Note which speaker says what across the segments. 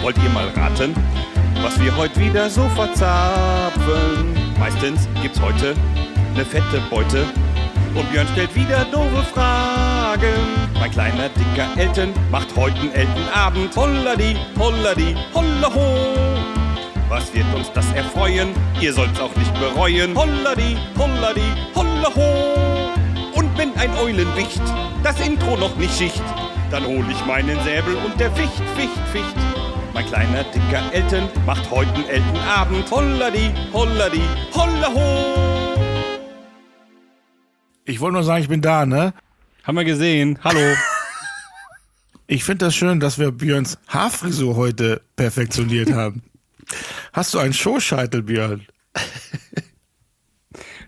Speaker 1: Wollt ihr mal raten, was wir heute wieder so verzapfen? Meistens gibt's heute eine fette Beute und Björn stellt wieder doofe Fragen. Mein kleiner, dicker Elten macht heute einen Eltenabend. Holladi, holladi, holla ho. Was wird uns das erfreuen? Ihr sollt's auch nicht bereuen. Holladi, holladi, holla ho. Und wenn ein Eulenwicht das Intro noch nicht schicht, dann hol ich meinen Säbel und der Ficht, Ficht, Ficht. Mein kleiner, dicker Elten macht heute einen Eltenabend. Holladi, holladi, holla ho.
Speaker 2: Ich wollte nur sagen, ich bin da, ne?
Speaker 3: Haben wir gesehen. Hallo.
Speaker 2: Ich finde das schön, dass wir Björns Haarfrisur heute perfektioniert haben. Hast du einen Showscheitel, Björn?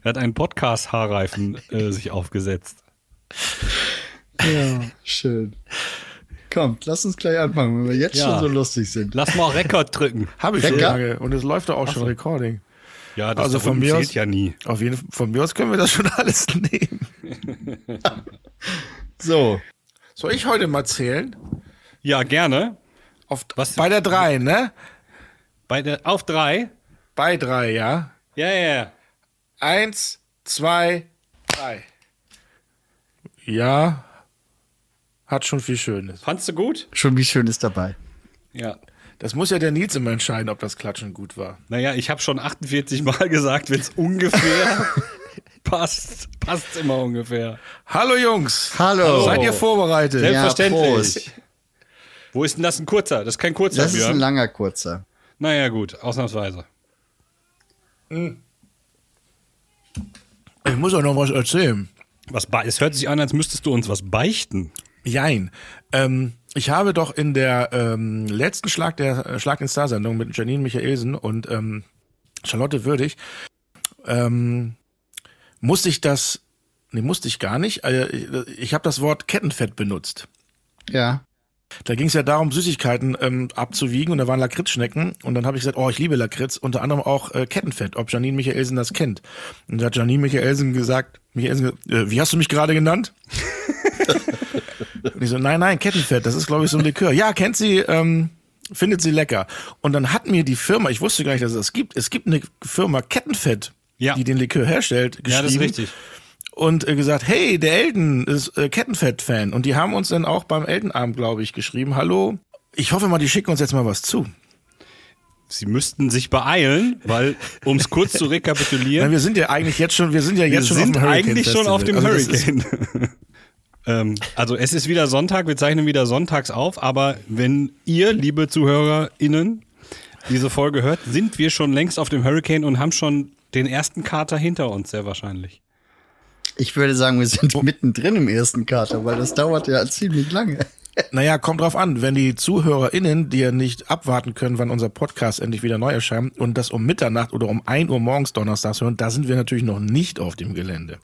Speaker 3: er hat einen Podcast-Haarreifen äh, sich aufgesetzt.
Speaker 4: Ja, schön. Kommt, lass uns gleich anfangen, wenn wir jetzt
Speaker 3: Ja.
Speaker 4: schon so lustig sind.
Speaker 3: Lass mal Rekord drücken.
Speaker 2: Habe ich schon
Speaker 4: Lecker.
Speaker 2: lange. Und es läuft doch auch schon Recording.
Speaker 3: Ja,
Speaker 2: Also von
Speaker 3: darum
Speaker 2: mir
Speaker 3: zählt
Speaker 2: aus-
Speaker 3: ja nie.
Speaker 2: Auf jeden Fall, von mir aus können wir das schon alles nehmen.
Speaker 4: So,
Speaker 2: Soll ich heute mal zählen?
Speaker 3: Ja, gerne.
Speaker 2: Auf,
Speaker 3: Was-
Speaker 2: Bei der drei, ne?
Speaker 3: Bei der, auf drei.
Speaker 2: Bei drei, ja?
Speaker 3: Ja, ja, ja.
Speaker 2: Eins, zwei, drei. Ja, hat schon viel Schönes.
Speaker 3: Fandst du gut?
Speaker 4: schon wie schön ist dabei.
Speaker 3: Ja.
Speaker 2: Das muss ja der Nils immer entscheiden, ob das Klatschen gut war.
Speaker 3: Naja, ich habe schon 48 Mal gesagt, wenn es ungefähr passt. Passt immer ungefähr.
Speaker 2: Hallo Jungs,
Speaker 4: Hallo.
Speaker 2: seid ihr vorbereitet?
Speaker 3: Selbst-
Speaker 4: Ja,
Speaker 3: Selbstverständlich.
Speaker 4: Prost.
Speaker 3: Wo ist denn das ein kurzer? Das ist kein kurzer,
Speaker 4: Das ist
Speaker 3: Björn.
Speaker 4: ein langer kurzer.
Speaker 3: naja, gut, ausnahmsweise.
Speaker 2: Ich muss auch noch was erzählen.
Speaker 3: Was bei- es hört sich an, als müsstest du uns was beichten.
Speaker 2: Jein. Ähm, ich habe doch in der ähm, letzten Schlag der äh, Schlag in Star Sendung mit Janine Michaelsen und ähm, Charlotte Würdig ähm, musste ich das, nee, musste ich gar nicht. Äh, ich ich habe das Wort Kettenfett benutzt.
Speaker 4: Ja.
Speaker 2: Da ging es ja darum, Süßigkeiten ähm, abzuwiegen und da waren Lakritzschnecken und dann habe ich gesagt, oh, ich liebe Lakritz, unter anderem auch äh, Kettenfett, ob Janine Michaelsen das kennt. Und da hat Janine Michaelsen gesagt, Michaelsen, äh, wie hast du mich gerade genannt? und ich so, nein, nein, Kettenfett, das ist glaube ich so ein Likör. Ja, kennt sie, ähm, findet sie lecker. Und dann hat mir die Firma, ich wusste gar nicht, dass es das gibt, es gibt eine Firma Kettenfett,
Speaker 3: Ja.
Speaker 2: die den Likör herstellt, geschrieben
Speaker 3: Ja, das ist richtig.
Speaker 2: und äh, gesagt, hey, der Elton ist äh, Kettenfett-Fan. Und die haben uns dann auch beim Eltenabend, glaube ich, geschrieben, hallo. Ich hoffe mal, die schicken uns jetzt mal was zu.
Speaker 3: Sie müssten sich beeilen, weil, um es kurz zu rekapitulieren,
Speaker 2: Nein, wir sind ja eigentlich jetzt schon, wir sind ja
Speaker 3: Wir
Speaker 2: jetzt schon
Speaker 3: sind
Speaker 2: auf dem Hurricane
Speaker 3: eigentlich schon
Speaker 2: Festival.
Speaker 3: auf dem
Speaker 2: Also das
Speaker 3: Hurricane. ähm, also es ist wieder Sonntag, wir zeichnen wieder sonntags auf, aber wenn ihr, liebe ZuhörerInnen, diese Folge hört, sind wir schon längst auf dem Hurricane und haben schon den ersten Kater hinter uns, sehr wahrscheinlich.
Speaker 4: Ich würde sagen, wir sind mittendrin im ersten Kater, weil das dauert ja ziemlich lange.
Speaker 2: Ist, naja, kommt drauf an, wenn die ZuhörerInnen, die ja nicht abwarten können, wann unser Podcast endlich wieder neu erscheint und das um Mitternacht oder um 1 Uhr morgens donnerstags hören, da sind wir natürlich noch nicht auf dem Gelände.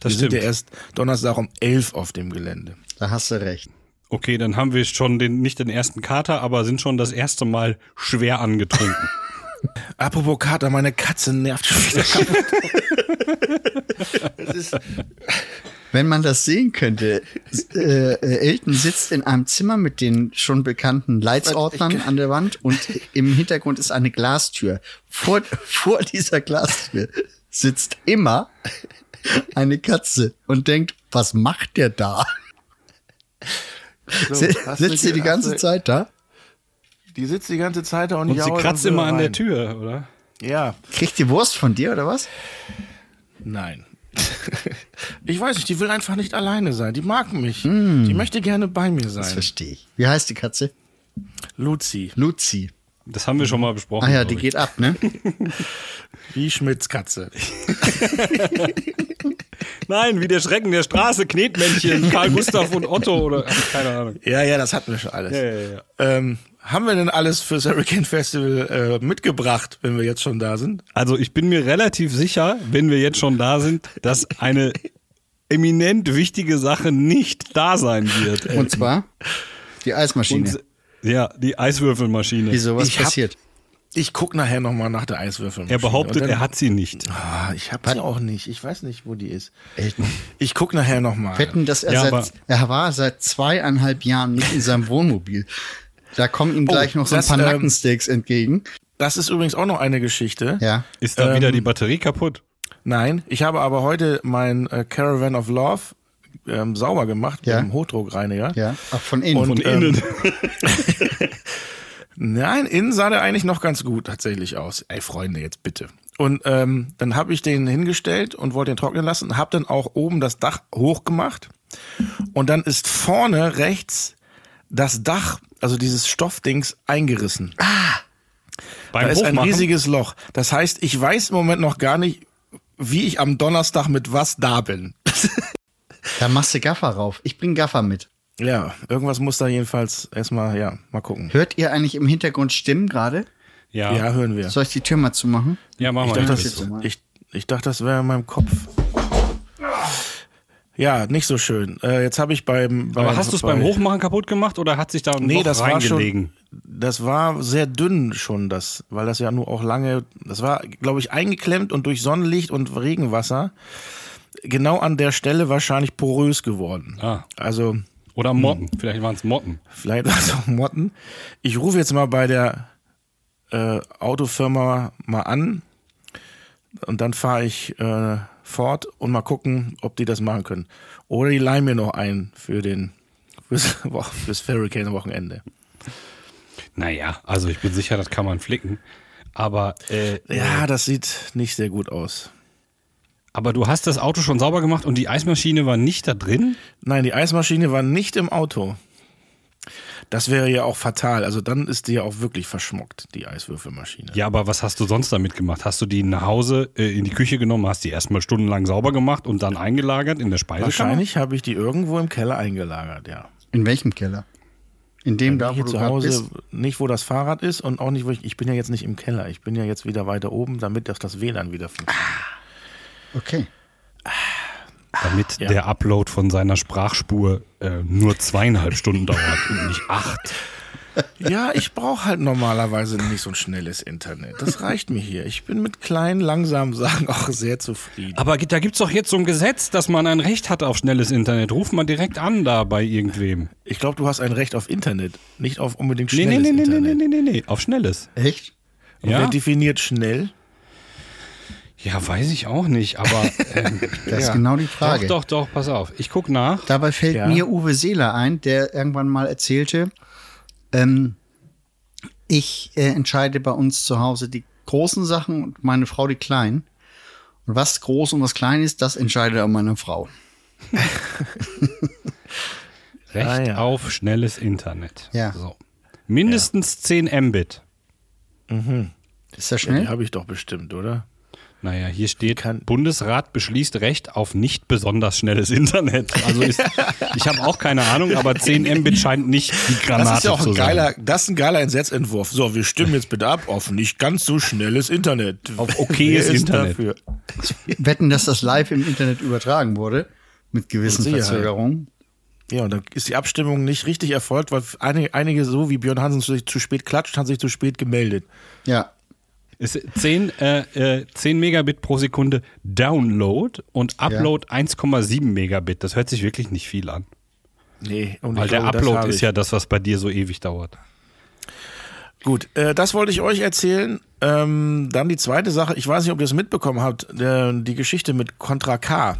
Speaker 3: Das
Speaker 2: wir sind ja erst Donnerstag um 11 auf dem Gelände.
Speaker 4: Da hast du recht.
Speaker 3: Okay, dann haben wir schon den, nicht den ersten Kater, aber sind schon das erste Mal schwer angetrunken.
Speaker 2: Apropos Kater, meine Katze nervt schon wieder.
Speaker 4: Wenn man das sehen könnte, äh, äh, Elton sitzt in einem Zimmer mit den schon bekannten Leitsordnern an der Wand und im Hintergrund ist eine Glastür. Vor, vor dieser Glastür sitzt immer eine Katze und denkt, was macht der da?
Speaker 2: So, Oh, hast du
Speaker 4: sitzt er die ganze
Speaker 2: hast du-
Speaker 4: Zeit da?
Speaker 2: Die sitzt die ganze Zeit da und,
Speaker 3: Und sie
Speaker 2: jault
Speaker 3: kratzt
Speaker 2: und will
Speaker 3: immer an der
Speaker 2: rein.
Speaker 3: Tür, oder?
Speaker 2: Ja,
Speaker 4: Kriegt die Wurst von dir oder was?
Speaker 2: nein. ich weiß nicht, die will einfach nicht alleine sein. Die mag mich.
Speaker 3: Hm.
Speaker 2: Die möchte gerne bei mir
Speaker 4: Das
Speaker 2: sein.
Speaker 4: verstehe ich. Wie heißt die Katze?
Speaker 2: Luzi,
Speaker 4: Luzi.
Speaker 3: Das haben wir schon mal besprochen.
Speaker 4: Ah ja,
Speaker 3: glaub
Speaker 4: die
Speaker 3: ich.
Speaker 4: geht ab, ne?
Speaker 2: die Schmitzkatze.
Speaker 3: Nein, wie der Schrecken der Straße, Knetmännchen, Karl Gustav und Otto oder ach, keine Ahnung.
Speaker 2: Ja, ja, das hatten wir schon alles.
Speaker 3: Ja, ja, ja.
Speaker 2: Ähm, haben wir denn alles fürs Hurricane Festival äh, mitgebracht, wenn wir jetzt schon da sind?
Speaker 3: Also ich bin mir relativ sicher, wenn wir jetzt schon da sind, dass eine eminent wichtige Sache nicht da sein wird.
Speaker 4: Und zwar die Eismaschine.
Speaker 3: Und, ja, die Eiswürfelmaschine.
Speaker 4: Wieso, was
Speaker 2: Ich hab-
Speaker 4: passiert?
Speaker 2: Ich guck nachher nochmal nach der Eiswürfel.
Speaker 3: Er behauptet, er hat sie nicht.
Speaker 2: Ah, ich hab sie auch nicht. Ich weiß nicht, wo die ist.
Speaker 4: Elton.
Speaker 2: Ich guck nachher nochmal.
Speaker 4: Wetten, dass er
Speaker 3: Ja, aber-
Speaker 4: seit, er war seit zweieinhalb Jahren nicht in seinem Wohnmobil. Da kommen ihm gleich
Speaker 2: Oh,
Speaker 4: noch so ein
Speaker 2: das,
Speaker 4: paar
Speaker 2: ähm,
Speaker 4: Nackensteaks entgegen.
Speaker 2: Das ist übrigens auch noch eine Geschichte.
Speaker 4: Ja.
Speaker 3: Ist da
Speaker 2: Ähm,
Speaker 3: wieder die Batterie kaputt?
Speaker 2: Nein, ich habe aber heute mein äh, Caravan of Love ähm, sauber gemacht
Speaker 4: Ja.
Speaker 2: mit dem Hochdruckreiniger.
Speaker 4: Ja, auch von innen.
Speaker 2: Und-
Speaker 3: Von
Speaker 2: ähm,
Speaker 3: innen.
Speaker 2: Nein, innen sah der eigentlich noch ganz gut tatsächlich aus. Ey, Freunde, jetzt bitte. Und ähm, dann habe ich den hingestellt und wollte ihn trocknen lassen, habe dann auch oben das Dach hochgemacht. Und dann ist vorne rechts das Dach, also dieses Stoffdings, eingerissen.
Speaker 3: Beim
Speaker 2: da ist ein
Speaker 3: Hochmachen?
Speaker 2: riesiges Loch. Das heißt, ich weiß im Moment noch gar nicht, wie ich am Donnerstag mit was da bin. ähm,
Speaker 4: da machst du Gaffer rauf. Ich bring Gaffer mit.
Speaker 2: Ja, irgendwas muss da jedenfalls erstmal, ja, mal gucken.
Speaker 4: Hört ihr eigentlich im Hintergrund Stimmen gerade?
Speaker 3: Ja,
Speaker 2: Ja,
Speaker 3: ja,
Speaker 2: hören wir.
Speaker 4: Soll ich die Tür mal zumachen?
Speaker 3: machen wir.
Speaker 2: Ich dachte,
Speaker 3: Das
Speaker 4: jetzt
Speaker 2: das,
Speaker 4: so.
Speaker 2: ich, ich dachte, das wäre in meinem Kopf. Ja, nicht so schön. Äh, jetzt habe ich beim.
Speaker 3: Aber
Speaker 2: beim-
Speaker 3: hast du es
Speaker 2: bei-
Speaker 3: beim Hochmachen kaputt gemacht oder hat sich da ein
Speaker 2: Nee,
Speaker 3: Loch
Speaker 2: das war schon.
Speaker 3: reingelegen?
Speaker 2: Das war sehr dünn schon, das, weil das ja nur auch lange. Das war, glaube ich, eingeklemmt und durch Sonnenlicht und Regenwasser genau an der Stelle wahrscheinlich porös geworden.
Speaker 3: Ah.
Speaker 2: Also
Speaker 3: Oder Motten. Vielleicht waren es Motten.
Speaker 2: vielleicht war es auch Motten. Ich rufe jetzt mal bei der äh, Autofirma mal an und dann fahre ich äh, fort und mal gucken, ob die das machen können. Oder die leihen mir noch einen für den fürs, wo- fürs Hurricane-Wochenende.
Speaker 3: Naja, also ich bin sicher, das kann man flicken. Aber, äh,
Speaker 2: Ja, das sieht nicht sehr gut aus.
Speaker 3: aber du hast das Auto schon sauber gemacht und die Eismaschine war nicht da drin?
Speaker 2: Nein, die Eismaschine war nicht im Auto. Das wäre ja auch fatal. Also dann ist die ja auch wirklich verschmuckt, die Eiswürfelmaschine.
Speaker 3: Ja, aber was hast du sonst damit gemacht? Hast du die nach Hause äh, in die Küche genommen, hast die erstmal stundenlang sauber gemacht und dann eingelagert in der Speisekammer?
Speaker 2: Wahrscheinlich habe ich die irgendwo im Keller eingelagert, ja.
Speaker 4: In welchem Keller? In dem da, wo
Speaker 2: Äh, hier
Speaker 4: du
Speaker 2: zu
Speaker 4: gerade bist.
Speaker 2: Hause nicht, wo das Fahrrad ist und auch nicht, wo ich. Ich bin ja jetzt nicht im Keller. Ich bin ja jetzt wieder weiter oben, damit das, das WLAN wieder funktioniert.
Speaker 4: Okay.
Speaker 3: Damit der Upload von seiner Sprachspur äh, nur zweieinhalb Stunden dauert und nicht acht.
Speaker 2: Ja, ich brauche halt normalerweise nicht so ein schnelles Internet. Das reicht mir hier. Ich bin mit kleinen, langsamen Sachen auch sehr zufrieden.
Speaker 3: Aber da gibt's doch jetzt so ein Gesetz, dass man ein Recht hat auf schnelles Internet. Ruf mal direkt an da bei irgendwem.
Speaker 2: Ich glaube, du hast ein Recht auf Internet, nicht auf unbedingt
Speaker 3: Nee, nee, nee,
Speaker 2: schnelles
Speaker 3: nee, nee,
Speaker 2: Internet.
Speaker 3: nee, nee, nee, nee, auf schnelles.
Speaker 4: Echt?
Speaker 2: Wer
Speaker 3: Ja,
Speaker 2: definiert schnell?
Speaker 3: ja weiß ich auch nicht, aber ähm,
Speaker 4: Das ist genau die
Speaker 3: doch,
Speaker 4: Frage.
Speaker 3: doch, doch, pass auf. Ich guck nach.
Speaker 4: Dabei fällt
Speaker 2: Ja.
Speaker 4: mir Uwe Seeler ein, der irgendwann mal erzählte, ähm, ich äh, entscheide bei uns zu Hause die großen Sachen und meine Frau die kleinen. Und was groß und was klein ist, das entscheidet auch meine Frau.
Speaker 3: Recht
Speaker 2: Ah, ja.
Speaker 3: auf schnelles Internet.
Speaker 4: Ja.
Speaker 3: So. Mindestens 10 Mbit.
Speaker 4: Ist das
Speaker 2: Ja,
Speaker 4: schnell?
Speaker 2: die habe ich doch bestimmt, oder?
Speaker 3: Naja, hier steht,
Speaker 2: Kann-
Speaker 3: Bundesrat beschließt Recht auf nicht besonders schnelles Internet. Also ist, ich habe auch keine Ahnung, aber 10 Mbit scheint nicht die Granate
Speaker 2: Das ist ja auch ein
Speaker 3: zu
Speaker 2: geiler, das ist ein geiler Gesetzentwurf. So, wir stimmen jetzt bitte ab auf nicht ganz so schnelles Internet.
Speaker 3: Auf okayes
Speaker 2: Wer ist
Speaker 3: Internet.
Speaker 2: Dafür?
Speaker 4: Wetten, dass das live im Internet übertragen wurde. Mit gewissen
Speaker 2: Mit Sicherheit.
Speaker 4: Verzögerungen.
Speaker 2: Ja, und dann ist die Abstimmung nicht richtig erfolgt, weil einige, einige so wie Björn Hansen sich zu spät klatscht, haben sich zu spät gemeldet.
Speaker 4: Ja.
Speaker 3: sein. Ist 10, äh, äh, 10 Megabit pro Sekunde Download und Upload 1,7 Megabit. Das hört sich wirklich nicht viel an.
Speaker 2: Nee, und ich
Speaker 3: Weil der
Speaker 2: glaube, das
Speaker 3: Upload
Speaker 2: habe
Speaker 3: ist
Speaker 2: ich.
Speaker 3: ja das, was bei dir so ewig dauert.
Speaker 2: Gut, äh, das wollte ich euch erzählen. Ähm, dann die zweite Sache, ich weiß nicht, ob ihr es mitbekommen habt, der, die Geschichte mit Contra K.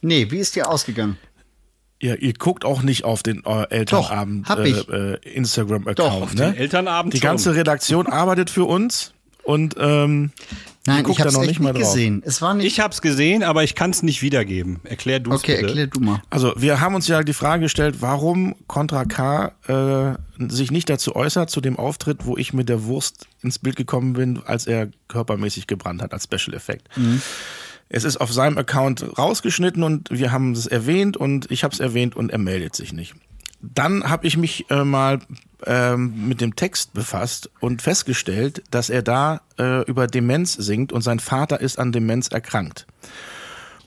Speaker 4: Nee, wie ist dir ausgegangen?
Speaker 2: Ja, ihr guckt auch nicht auf den äh, Elternabend
Speaker 4: hab
Speaker 2: äh,
Speaker 4: ich.
Speaker 2: äh,
Speaker 4: Doch, auf
Speaker 2: Instagram-Account.
Speaker 3: den
Speaker 2: Ne?
Speaker 3: Elternabend
Speaker 2: Die
Speaker 3: schon.
Speaker 2: ganze Redaktion arbeitet für uns und ähm,
Speaker 4: Nein,
Speaker 2: guckt
Speaker 4: ich habe
Speaker 2: da
Speaker 4: es
Speaker 2: noch
Speaker 4: echt
Speaker 2: nicht
Speaker 4: nicht,
Speaker 2: mal drauf.
Speaker 4: gesehen. Es war nicht.
Speaker 3: Ich habe es gesehen, aber ich kann es nicht wiedergeben. Erklär du es
Speaker 4: okay,
Speaker 3: bitte.
Speaker 4: erklär du mal.
Speaker 2: Also wir haben uns ja die Frage gestellt, warum Contra K äh, sich nicht dazu äußert, zu dem Auftritt, wo ich mit der Wurst ins Bild gekommen bin, als er körpermäßig gebrannt hat als Special Effekt. Es ist auf seinem Account rausgeschnitten und wir haben es erwähnt und ich habe es erwähnt und er meldet sich nicht. Dann habe ich mich äh, mal ähm, mit dem Text befasst und festgestellt, dass er da äh, über Demenz singt und sein Vater ist an Demenz erkrankt.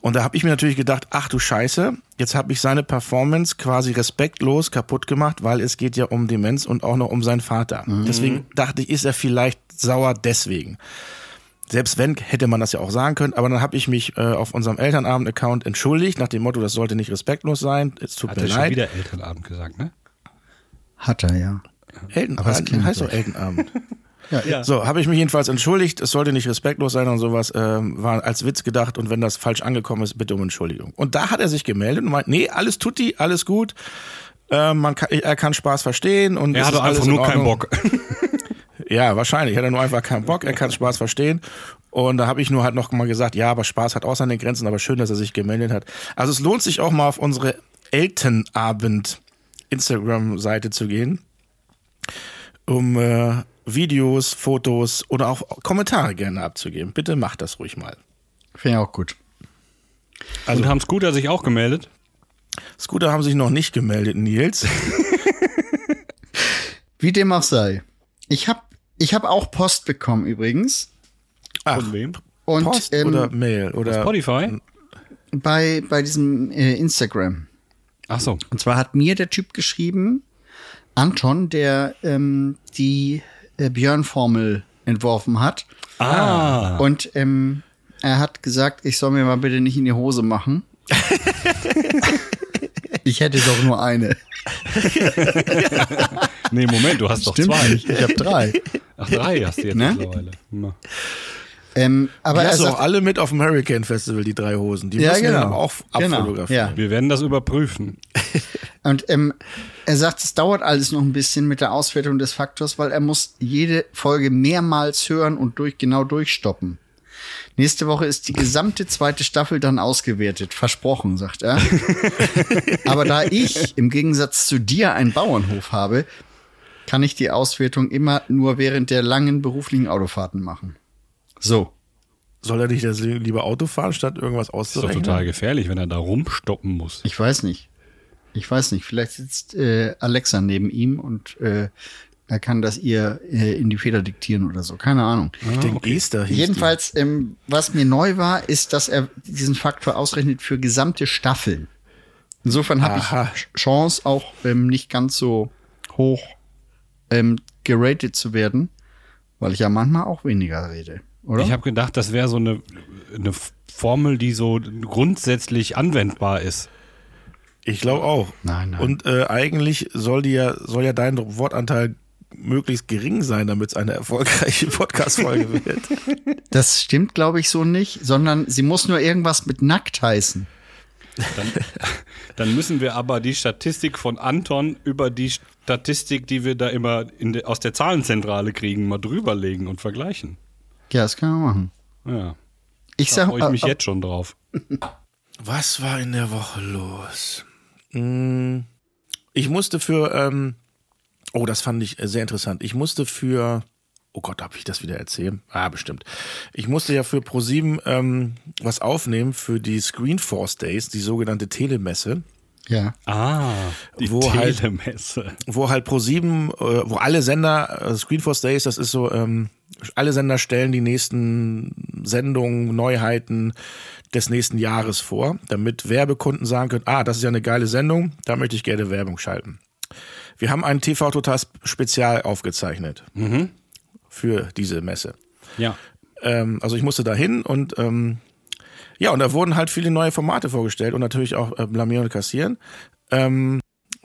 Speaker 2: Und da habe ich mir natürlich gedacht, ach du Scheiße, jetzt habe ich seine Performance quasi respektlos kaputt gemacht, weil es geht ja um Demenz und auch noch um seinen Vater.
Speaker 3: Mhm.
Speaker 2: Deswegen dachte ich, ist er vielleicht sauer deswegen. Selbst wenn, hätte man das ja auch sagen können, aber dann habe ich mich äh, auf unserem Elternabend-Account entschuldigt, nach dem Motto, das sollte nicht respektlos sein, es tut
Speaker 3: Hat
Speaker 2: mir
Speaker 3: er schon
Speaker 2: leid.
Speaker 3: wieder Elternabend gesagt, ne?
Speaker 4: Hat er, ja. Aber es
Speaker 2: Eltenabend
Speaker 4: klingt
Speaker 2: heißt doch
Speaker 4: so.
Speaker 2: Eltenabend.
Speaker 4: Ja.
Speaker 3: Ja.
Speaker 2: So, habe ich mich jedenfalls entschuldigt. Es sollte nicht respektlos sein und sowas. Ähm, war als Witz gedacht und wenn das falsch angekommen ist, bitte um Entschuldigung. Und da hat er sich gemeldet und meint, nee, alles tutti, alles gut. Ähm, man kann, er kann Spaß verstehen und
Speaker 3: Er
Speaker 2: es
Speaker 3: hatte
Speaker 2: ist alles
Speaker 3: einfach
Speaker 2: in
Speaker 3: nur keinen
Speaker 2: Ordnung.
Speaker 3: Bock.
Speaker 2: Ja, wahrscheinlich. Hat er nur einfach keinen Bock, er kann Spaß verstehen. Und da habe ich nur halt noch mal gesagt, ja, aber Spaß hat auch seine Grenzen, aber schön, dass er sich gemeldet hat. Also es lohnt sich auch mal auf unsere Eltenabend Instagram-Seite zu gehen, um äh, Videos, Fotos oder auch Kommentare gerne abzugeben. Bitte macht das ruhig mal.
Speaker 4: Finde ich auch gut.
Speaker 2: Also
Speaker 3: und haben Scooter sich auch gemeldet?
Speaker 2: Scooter haben sich noch nicht gemeldet, Nils.
Speaker 4: Wie dem auch sei. Ich habe ich hab auch Post bekommen übrigens.
Speaker 2: Ach,
Speaker 3: Von wem?
Speaker 4: Und
Speaker 2: Post
Speaker 4: ähm,
Speaker 2: oder Mail oder
Speaker 3: Spotify?
Speaker 4: bei, bei diesem äh, Instagram.
Speaker 3: Ach so.
Speaker 4: Und zwar hat mir der Typ geschrieben, Anton, der ähm, die äh, Björn-Formel entworfen hat.
Speaker 3: Ah.
Speaker 4: Und ähm, er hat gesagt, ich soll mir mal bitte nicht in die Hose machen. ich hätte doch nur eine.
Speaker 3: Nee, Moment, du hast doch
Speaker 4: Stimmt
Speaker 3: zwei.
Speaker 4: nicht, ich habe drei.
Speaker 3: Ach, drei hast du jetzt
Speaker 4: Ne?
Speaker 3: mittlerweile. Na.
Speaker 4: Ähm, aber
Speaker 2: Die
Speaker 4: er
Speaker 2: hast du
Speaker 4: sagt,
Speaker 2: auch alle mit auf dem Hurricane Festival, die drei Hosen. Die
Speaker 4: Ja,
Speaker 2: müssen wir
Speaker 4: genau.
Speaker 2: dann aber auch
Speaker 4: Genau,
Speaker 2: abfotografieren.
Speaker 4: ja.
Speaker 3: Wir werden das überprüfen.
Speaker 4: Und ähm, er sagt, es dauert alles noch ein bisschen mit der Auswertung des Faktors, weil er muss jede Folge mehrmals hören und durch genau durchstoppen. Nächste Woche ist die gesamte zweite Staffel dann ausgewertet. Versprochen, sagt er. Aber da ich im Gegensatz zu dir einen Bauernhof habe, kann ich die Auswertung immer nur während der langen beruflichen Autofahrten machen. So.
Speaker 2: Soll er nicht das lieber Auto fahren, statt irgendwas
Speaker 3: Ist doch
Speaker 2: auszurechnen?
Speaker 3: total gefährlich, wenn er da rumstoppen muss.
Speaker 4: Ich weiß nicht. Ich weiß nicht. Vielleicht sitzt äh, Alexa neben ihm und äh, er kann das ihr äh, in die Feder diktieren oder so. Keine Ahnung.
Speaker 2: Ich denke, Esther hieß
Speaker 4: Jedenfalls, ähm, was mir neu war, ist, dass er diesen Faktor ausrechnet für gesamte Staffeln. Insofern habe ich
Speaker 2: Aha.
Speaker 4: Ch- Chance, auch ähm, nicht ganz so hoch ähm, geratet zu werden, weil ich ja manchmal auch weniger rede, oder?
Speaker 3: Ich habe gedacht, das wäre so eine, eine Formel, die so grundsätzlich anwendbar ist.
Speaker 2: die. Ich glaube auch.
Speaker 4: Nein, nein.
Speaker 2: Und äh, eigentlich soll, die ja, soll ja dein Wortanteil möglichst gering sein, damit es eine erfolgreiche Podcast-Folge wird.
Speaker 4: das stimmt, glaube ich, so nicht, sondern sie muss nur irgendwas mit nackt heißen.
Speaker 3: Dann, dann müssen wir aber die Statistik von Anton über die Statistik, die wir da immer in de, aus der Zahlenzentrale kriegen, mal drüberlegen und vergleichen.
Speaker 4: Ja, das kann man machen.
Speaker 3: Ja,
Speaker 4: Ich
Speaker 3: da
Speaker 4: sag,
Speaker 3: freue ich mich
Speaker 4: äh,
Speaker 3: jetzt schon drauf.
Speaker 2: Was war in der Woche los? Hm, Ich musste für, ähm, oh, das fand ich äh, sehr interessant. Ich musste für, oh Gott, darf ich das wieder erzählen? Ah, bestimmt. Ich musste ja für ProSieben ähm, was aufnehmen für die Screenforce Days, die sogenannte Telemesse.
Speaker 4: Ja.
Speaker 3: Ah, die
Speaker 2: Wo halt-
Speaker 3: Telemesse.
Speaker 2: wo halt Pro7, äh, wo alle Sender, äh, Screenforce Days, das ist so, ähm, alle Sender stellen die nächsten Sendungen, Neuheiten des nächsten Jahres vor, damit Werbekunden sagen können, ah, das ist ja eine geile Sendung, da möchte ich gerne Werbung schalten. Wir haben ein TV Total Spezial aufgezeichnet für diese Messe.
Speaker 3: Ja.
Speaker 2: Ähm, also ich musste da hin und ähm, ja, und da wurden halt viele neue Formate vorgestellt und natürlich auch äh, Blamieren und Kassieren.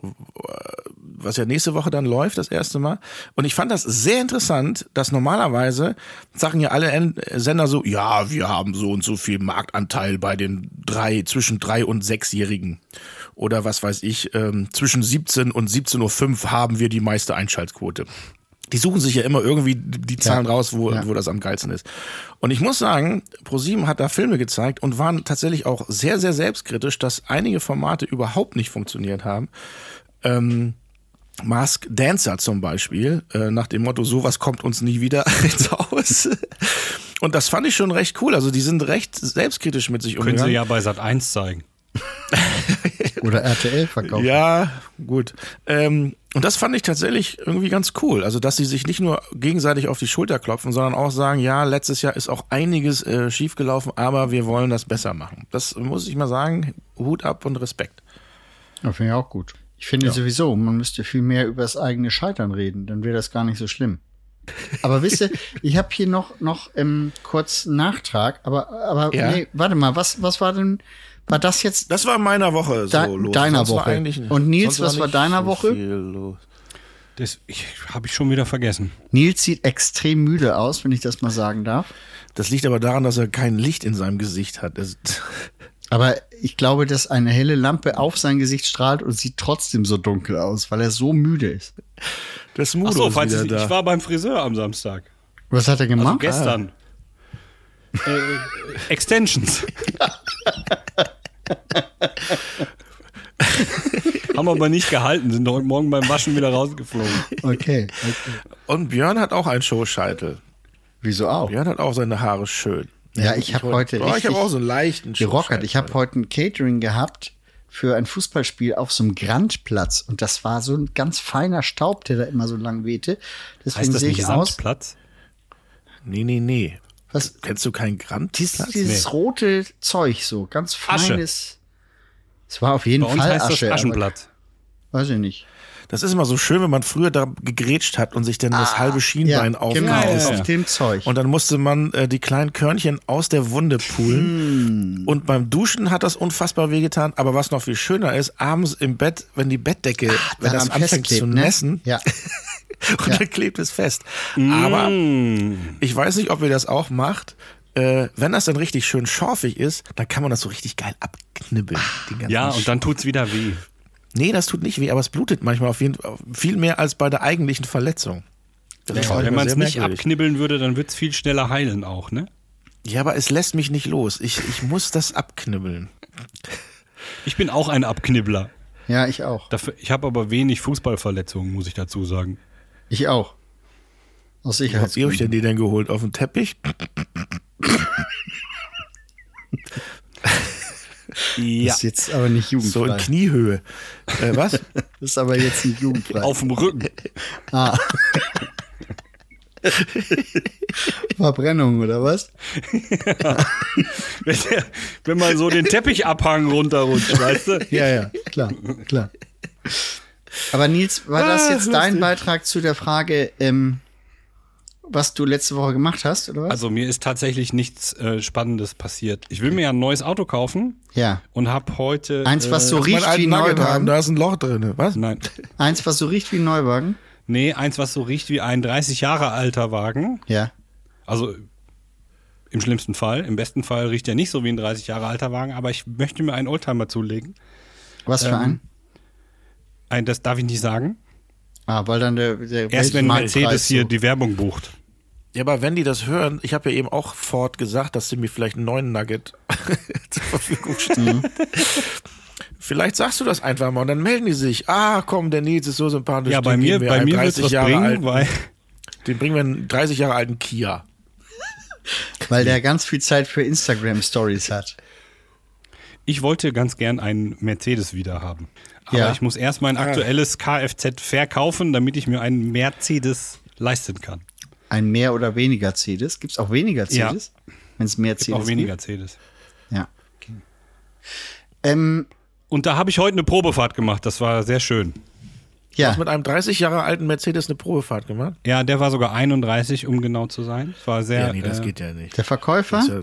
Speaker 2: Ähm, w- äh, was ja nächste Woche dann läuft, das erste Mal. Und ich fand das sehr interessant, dass normalerweise sagen ja alle En- Sender so, ja, wir haben so und so viel Marktanteil bei den drei, zwischen drei und sechsjährigen. Oder was weiß ich, ähm, zwischen 17 und 17.05 Uhr haben wir die meiste Einschaltquote. Die suchen sich ja immer irgendwie die Zahlen raus, wo,
Speaker 4: Ja.
Speaker 2: wo das am geilsten ist. Und ich muss sagen, ProSieben hat da Filme gezeigt und waren tatsächlich auch sehr, sehr selbstkritisch, dass einige Formate überhaupt nicht funktioniert haben. Ähm, Mask Dancer zum Beispiel, äh, nach dem Motto, sowas kommt uns nie wieder ins Haus. Und das fand ich schon recht cool. Also die sind recht selbstkritisch mit sich
Speaker 3: Können
Speaker 2: umgegangen.
Speaker 3: Sie ja bei Sat 1 zeigen.
Speaker 4: Oder RTL verkauft.
Speaker 2: Ja, gut. Ähm, und das fand ich tatsächlich irgendwie ganz cool. Also, dass sie sich nicht nur gegenseitig auf die Schulter klopfen, sondern auch sagen, ja, letztes Jahr ist auch einiges äh, schiefgelaufen, aber wir wollen das besser machen. Das muss ich mal sagen, Hut ab und Respekt.
Speaker 4: Ja, finde ich auch gut. Ich finde sowieso, man müsste viel mehr über das eigene Scheitern reden, dann wäre das gar nicht so schlimm. Aber wisst ihr, ich habe hier noch, noch ähm, kurz einen Nachtrag, aber, aber
Speaker 2: Ja.
Speaker 4: nee, warte mal, was, was war denn, war das jetzt
Speaker 2: Das war in meiner Woche so
Speaker 4: De-
Speaker 2: los.
Speaker 4: deiner
Speaker 2: Sonst war
Speaker 4: Woche.
Speaker 2: eigentlich-
Speaker 4: Und Nils,
Speaker 2: sonst
Speaker 4: was war
Speaker 2: nicht
Speaker 4: deiner
Speaker 2: so
Speaker 4: Woche?
Speaker 2: viel los.
Speaker 3: Das habe ich schon wieder vergessen.
Speaker 4: Nils sieht extrem müde aus, wenn ich das mal sagen darf.
Speaker 2: Das liegt aber daran, dass er kein Licht in seinem Gesicht hat. Es-
Speaker 4: Aber ich glaube, dass eine helle Lampe auf sein Gesicht strahlt und sieht trotzdem so dunkel aus, weil er so müde ist.
Speaker 2: Das Mudo
Speaker 3: Achso,
Speaker 2: ist
Speaker 3: falls
Speaker 2: wieder
Speaker 3: ich,
Speaker 2: da.
Speaker 3: ich war beim Friseur am Samstag.
Speaker 4: Was hat er
Speaker 3: Also
Speaker 4: gemacht?
Speaker 3: gestern. Äh, Extensions. Haben aber nicht gehalten, sind heute Morgen beim Waschen wieder rausgeflogen.
Speaker 4: okay.
Speaker 2: Und Björn hat auch einen Showscheitel.
Speaker 4: Wieso auch? Ja,
Speaker 2: Björn hat auch seine Haare schön.
Speaker 4: ich habe heute
Speaker 2: Oh, ich
Speaker 4: richtig
Speaker 2: habe auch so einen leichten
Speaker 4: gerockert. Ich habe heute ein Catering gehabt für ein Fußballspiel auf so einem Grandplatz und das war so ein ganz feiner Staub, der da immer so lang wehte. Deswegen
Speaker 3: Heißt das
Speaker 4: sehe
Speaker 3: nicht
Speaker 4: ich aus.
Speaker 3: Samtplatz?
Speaker 2: Nee, nee, nee.
Speaker 4: Was,
Speaker 2: Kennst du keinen Grand?
Speaker 4: Dieses, dieses rote Zeug so, ganz
Speaker 3: Asche.
Speaker 4: feines. Es war auf jeden
Speaker 3: Bei uns
Speaker 4: Fall
Speaker 3: heißt
Speaker 4: Asche.
Speaker 3: das
Speaker 4: aber
Speaker 3: Aschenblatt.
Speaker 4: Weiß ich nicht.
Speaker 2: Das ist immer so schön, wenn man früher da gegrätscht hat und sich dann das halbe Schienbein
Speaker 4: genau,
Speaker 2: aufgehauen
Speaker 3: ja,
Speaker 4: auf
Speaker 3: ja.
Speaker 4: dem Zeug.
Speaker 2: Und dann musste man äh, die kleinen Körnchen aus der Wunde pulen.
Speaker 4: Hm.
Speaker 2: Und beim Duschen hat das unfassbar wehgetan. Aber was noch viel schöner ist, abends im Bett, wenn die Bettdecke, wenn das
Speaker 4: Daran
Speaker 2: anfängt zu
Speaker 4: festklebt, ne?
Speaker 2: nässen,
Speaker 4: Ja.
Speaker 2: und dann klebt es fest.
Speaker 3: Mm.
Speaker 2: Aber
Speaker 3: Hm,
Speaker 2: ich weiß nicht, ob ihr das auch macht. Äh, wenn das dann richtig schön schorfig ist, dann kann man das so richtig geil abknibbeln. den ganzen
Speaker 3: Ah, Ja, und dann tut's wieder weh.
Speaker 2: Nee, das tut nicht weh, aber es blutet manchmal auf jeden Fall viel mehr als bei der eigentlichen Verletzung. Das ist auch
Speaker 3: Wenn
Speaker 2: immer
Speaker 3: man es
Speaker 2: sehr
Speaker 3: nicht
Speaker 2: merkwürdig.
Speaker 3: abknibbeln würde, dann wird's viel schneller heilen auch, ne?
Speaker 2: Ja, aber es lässt mich nicht los. Ich, ich muss das abknibbeln.
Speaker 3: Ich bin auch ein Abknibbler.
Speaker 4: ja, ich auch.
Speaker 3: Dafür, ich habe aber wenig Fußballverletzungen, muss ich dazu sagen.
Speaker 4: Ich auch. Aus
Speaker 2: Wo habt ihr euch
Speaker 4: Sicherheitsgründen.
Speaker 2: denn die denn geholt? Auf den Teppich?
Speaker 3: Ja.
Speaker 4: Ist jetzt aber nicht
Speaker 2: So in
Speaker 4: jugendfrei.
Speaker 2: Kniehöhe. Äh, was?
Speaker 4: ist aber jetzt nicht jugendfrei.
Speaker 3: Auf dem Rücken.
Speaker 4: Verbrennung oder was?
Speaker 3: Wenn, der, wenn man so den Teppichabhang runterrutscht, weißt du?
Speaker 4: Ja, ja, klar, klar. Aber Nils, war
Speaker 3: Ah,
Speaker 4: das jetzt dein Beitrag zu der Frage, ähm, was du letzte Woche gemacht hast, oder was?
Speaker 3: Also mir ist tatsächlich nichts äh, Spannendes passiert. Ich will mir ja ein neues Auto kaufen
Speaker 4: ja.
Speaker 3: und habe heute äh,
Speaker 4: Eins, was so
Speaker 2: Mein
Speaker 4: riecht wie
Speaker 2: alten Nugget haben,
Speaker 4: Neuwagen.
Speaker 2: da ist ein Loch drin. Was?
Speaker 3: nein,
Speaker 4: Eins, was so riecht wie Neuwagen.
Speaker 3: nee, eins, was so riecht wie ein 30 Jahre alter Wagen.
Speaker 4: Ja.
Speaker 3: Also im schlimmsten Fall, im besten Fall riecht er nicht so wie ein 30 Jahre alter Wagen, aber ich möchte mir einen Oldtimer zulegen.
Speaker 4: Was
Speaker 3: Ähm,
Speaker 4: für ein?
Speaker 3: Ein, das darf ich nicht sagen.
Speaker 4: Ah, weil dann der, der
Speaker 3: Erst wenn
Speaker 4: Weltmarktpreis
Speaker 3: Mercedes hier
Speaker 4: so-
Speaker 3: die Werbung bucht.
Speaker 2: Ja, aber wenn die das hören, ich habe ja eben auch Ford gesagt, dass sie mir vielleicht einen neuen Nugget zur Verfügung stellen.
Speaker 3: Mhm.
Speaker 2: vielleicht sagst du das einfach mal und dann melden die sich. Ah, komm, der Nils ist so sympathisch.
Speaker 3: Ja,
Speaker 2: den
Speaker 3: bei mir,
Speaker 2: geben wir
Speaker 3: bei
Speaker 2: einen
Speaker 3: mir wird's
Speaker 2: 30
Speaker 3: was
Speaker 2: Jahre ne?
Speaker 3: bringen,
Speaker 2: alten-
Speaker 3: weil
Speaker 2: den bringen wir einen 30 Jahre alten Kia.
Speaker 4: weil der ganz viel Zeit für Instagram Stories hat.
Speaker 3: ich wollte ganz gern einen Mercedes wieder haben. Aber
Speaker 4: Ja.
Speaker 3: ich muss erst
Speaker 2: Ah.
Speaker 3: mein aktuelles Kfz verkaufen, damit ich mir einen Mercedes leisten kann.
Speaker 4: Ein mehr oder weniger Cedes. Gibt es auch weniger
Speaker 3: Ja.
Speaker 4: Cedes? Wenn es mehr Cedes
Speaker 3: Auch weniger Mercedes.
Speaker 4: Gibt? Ja. Ähm,
Speaker 3: Und da habe ich heute eine Probefahrt gemacht, das war sehr schön.
Speaker 4: ja.
Speaker 2: Mit einem 30 Jahre alten Mercedes eine Probefahrt gemacht?
Speaker 3: Ja, der war sogar 31, um genau zu sein. Es war sehr.
Speaker 2: Ja, nee, das
Speaker 3: äh,
Speaker 2: geht ja nicht.
Speaker 4: Der Verkäufer?
Speaker 2: Ist ja,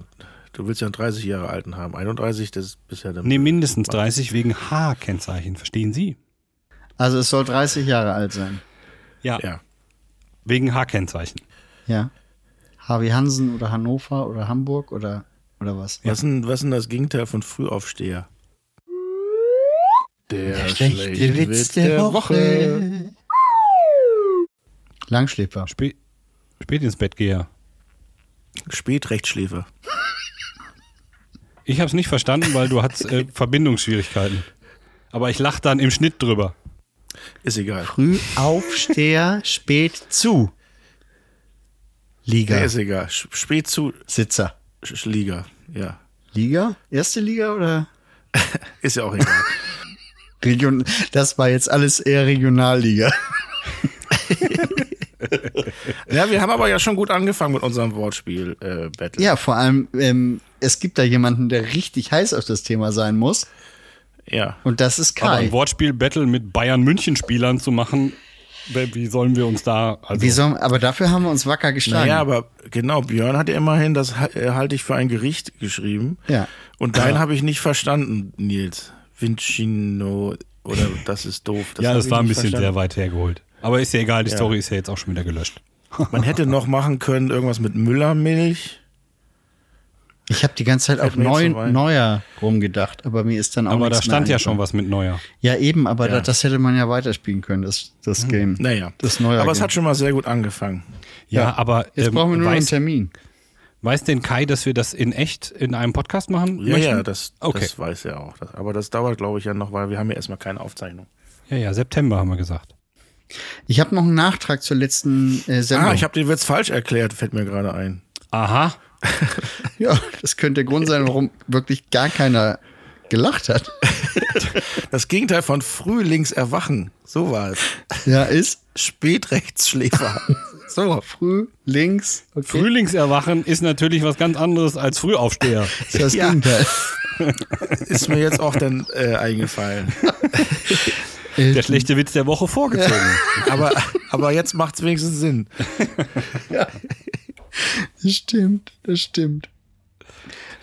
Speaker 2: du willst ja einen 30 Jahre alten haben. 31, das ist bisher der.
Speaker 3: Nee, mindestens 30 wegen H-Kennzeichen, verstehen Sie?
Speaker 4: Also es soll 30 Jahre alt sein.
Speaker 3: Ja,
Speaker 2: Ja.
Speaker 3: wegen H-Kennzeichen.
Speaker 4: Ja. Harvey Hansen oder Hannover oder Hamburg oder, oder was?
Speaker 2: Was ist denn, was denn das Gegenteil von Frühaufsteher? Der,
Speaker 4: schlechte Witz der Woche. Langschläfer.
Speaker 3: Spä spät ins Bett gehe.
Speaker 2: Spätrechtschläfer.
Speaker 3: Ich habe es nicht verstanden, weil du hattest äh, Verbindungsschwierigkeiten. Aber ich lache dann im Schnitt drüber.
Speaker 2: Ist egal.
Speaker 4: Frühaufsteher, spät zu.
Speaker 2: Der
Speaker 4: Liga.
Speaker 2: ist egal. Sch- Spät zu
Speaker 4: Sitzer.
Speaker 2: Sch- Liga. Ja.
Speaker 4: Liga? Erste Liga oder?
Speaker 2: Ist ja auch egal.
Speaker 4: Region, das war jetzt alles eher Regionalliga.
Speaker 2: ja, wir haben aber ja schon gut angefangen mit unserem Wortspiel äh, Battle.
Speaker 4: Ja, vor allem, ähm, es gibt da jemanden, der richtig heiß auf das Thema sein muss.
Speaker 2: Ja.
Speaker 4: Und das ist
Speaker 3: Aber ein
Speaker 4: Kai.
Speaker 3: Wortspiel-Battle mit Bayern-München-Spielern zu machen, wie wie sollen wir uns da. Also,
Speaker 4: Wie soll, aber dafür haben wir uns wacker geschlagen.
Speaker 2: Naja, aber genau, Björn hat ja immerhin das ha- äh, halte ich für ein Gericht geschrieben.
Speaker 4: Ja.
Speaker 2: Und dein habe ich nicht verstanden, Nils. Vincino oder das ist doof.
Speaker 3: ja,
Speaker 2: hab
Speaker 3: das
Speaker 2: ich
Speaker 3: war ein
Speaker 2: nicht
Speaker 3: bisschen
Speaker 2: verstanden.
Speaker 3: sehr weit hergeholt. Aber ist ja egal, die Story ist ja jetzt auch schon wieder gelöscht.
Speaker 2: Man hätte noch machen können, irgendwas mit Müllermilch.
Speaker 4: Ich habe die ganze Zeit auf
Speaker 2: mir jetzt
Speaker 4: neu,
Speaker 2: so ein.
Speaker 4: neuer rumgedacht, aber mir ist dann auch
Speaker 3: Aber da
Speaker 4: nichts
Speaker 3: stand
Speaker 4: mehr
Speaker 3: ja schon
Speaker 4: eingefallen.
Speaker 3: was mit Neuer.
Speaker 4: Ja, eben, aber
Speaker 2: Ja.
Speaker 4: Das, das hätte man ja weiterspielen können, das, das Game.
Speaker 2: Naja.
Speaker 4: Das neue
Speaker 2: Aber es
Speaker 4: Game.
Speaker 2: hat schon mal sehr gut angefangen.
Speaker 3: Ja,
Speaker 4: Ja.
Speaker 3: aber
Speaker 4: Jetzt
Speaker 3: ähm,
Speaker 4: brauchen wir nur noch einen
Speaker 3: weiß,
Speaker 4: Termin.
Speaker 3: weiß denn Kai, dass wir das in echt in einem Podcast machen
Speaker 2: Ja,
Speaker 3: möchten?
Speaker 2: ja, das,
Speaker 3: okay.
Speaker 2: das weiß er auch. Das, aber das dauert, glaube ich, ja noch, weil wir haben ja erstmal keine Aufzeichnung.
Speaker 3: ja, ja, September haben wir gesagt.
Speaker 4: Ich habe noch einen Nachtrag zur letzten äh, Sendung.
Speaker 2: Ah, ich habe den Witz falsch erklärt, fällt mir gerade ein.
Speaker 3: Aha.
Speaker 4: ja, das könnte der Grund sein, warum wirklich gar keiner gelacht hat.
Speaker 2: Das Gegenteil von Frühlingserwachen. So war es.
Speaker 4: Ja, ist
Speaker 2: Spätrechtsschläfer.
Speaker 4: so früh links. Okay.
Speaker 3: Frühlingserwachen ist natürlich was ganz anderes als Frühaufsteher.
Speaker 4: ist das
Speaker 2: Ja.
Speaker 4: Gegenteil.
Speaker 2: Ist mir jetzt auch dann äh, eingefallen.
Speaker 4: Äh,
Speaker 3: Der schlechte Witz der Woche vorgezogen.
Speaker 2: Aber, aber jetzt macht es wenigstens Sinn.
Speaker 4: Das stimmt, das stimmt.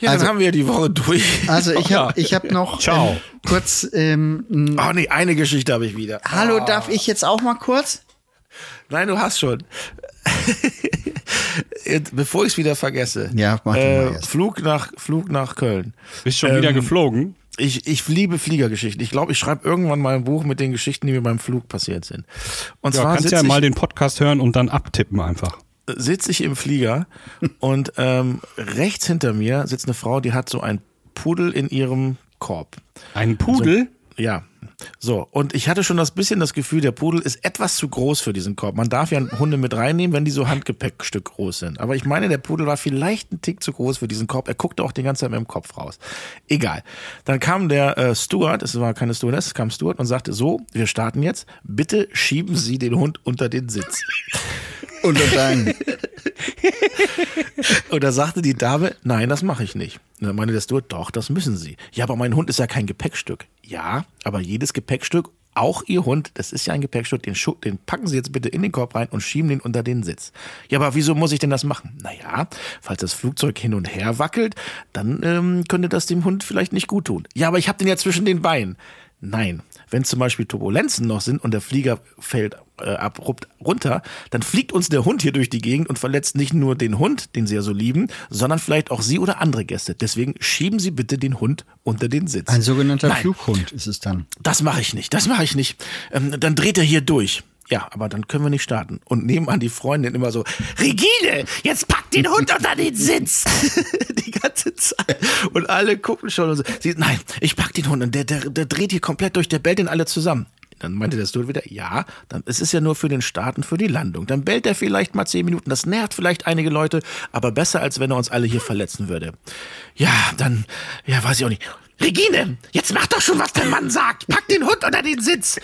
Speaker 2: Ja,
Speaker 4: Also-
Speaker 2: dann haben wir die Woche durch.
Speaker 4: Also ich
Speaker 3: Ja.
Speaker 4: habe ich hab noch
Speaker 3: Ciao.
Speaker 4: ähm, kurz. Ähm, Ah. n-
Speaker 2: Oh nee, eine Geschichte habe ich wieder.
Speaker 4: Hallo, darf ich jetzt auch mal kurz?
Speaker 2: Nein, du hast schon. Jetzt, Bevor ich es wieder vergesse.
Speaker 4: Ja, mach du mal
Speaker 2: äh,
Speaker 4: erst.
Speaker 2: Flug nach Flug nach Köln.
Speaker 3: Bist schon
Speaker 2: Ähm,
Speaker 3: wieder geflogen.
Speaker 2: Ich, ich liebe Fliegergeschichten. Ich glaube, ich schreibe irgendwann mal ein Buch mit den Geschichten, die mir beim Flug passiert sind. Und
Speaker 3: Ja,
Speaker 2: zwar
Speaker 3: kannst
Speaker 2: sitze
Speaker 3: ja
Speaker 2: ich,
Speaker 3: mal den Podcast hören und dann abtippen einfach.
Speaker 2: sitz ich im Flieger und ähm, rechts hinter mir sitzt eine Frau, die hat so ein Pudel in ihrem Korb.
Speaker 3: Ein
Speaker 2: Also
Speaker 3: Pudel?
Speaker 2: Ja. So, und ich hatte schon das bisschen das Gefühl, der Pudel ist etwas zu groß für diesen Korb. Man darf ja Hunde mit reinnehmen, wenn die so Handgepäckstück groß sind. Aber ich meine, der Pudel war vielleicht ein Tick zu groß für diesen Korb. Er guckte auch die ganze Zeit mit dem Kopf raus. Egal. Dann kam der äh, Steward, es war keine Stewardess, es kam Steward und sagte, so, wir starten jetzt. Bitte schieben Sie den Hund unter den Sitz.
Speaker 4: Und dann
Speaker 2: Und da sagte die Dame, nein, das mache ich nicht. Und dann meinte der Steward, doch, das müssen Sie. Ja, aber mein Hund ist ja kein Gepäckstück. Ja, aber jedes Gepäckstück, auch Ihr Hund, das ist ja ein Gepäckstück, den, Schu den packen Sie jetzt bitte in den Korb rein und schieben den unter den Sitz. Ja, aber wieso muss ich denn das machen? Naja, falls das Flugzeug hin und her wackelt, dann ähm, könnte das dem Hund vielleicht nicht gut tun. Ja, aber ich habe den ja zwischen den Beinen. Nein, wenn zum Beispiel Turbulenzen noch sind und der Flieger fällt äh, abrupt runter, dann fliegt uns der Hund hier durch die Gegend und verletzt nicht nur den Hund, den Sie ja so lieben, sondern vielleicht auch Sie oder andere Gäste. Deswegen schieben Sie bitte den Hund unter den Sitz.
Speaker 4: ein sogenannter
Speaker 2: Nein,
Speaker 4: Flughund ist es dann.
Speaker 2: Das mache ich nicht, das mache ich nicht. Ähm, dann dreht er hier durch. Ja, aber dann können wir nicht starten. Und nebenan die Freundin immer so, Regine, jetzt pack den Hund unter den Sitz. die ganze Zeit. Und alle gucken schon und so. Sie, nein, ich pack den Hund und der, der, der dreht hier komplett durch, der bellt den alle zusammen. Dann meinte der Stuhl wieder, ja, dann, es ist ja nur für den Start und für die Landung. Dann bellt er vielleicht mal zehn Minuten. Das nervt vielleicht einige Leute, aber besser, als wenn er uns alle hier verletzen würde. Ja, dann, ja, weiß ich auch nicht. Regine, jetzt mach doch schon, was der Mann sagt. Pack den Hund unter den Sitz.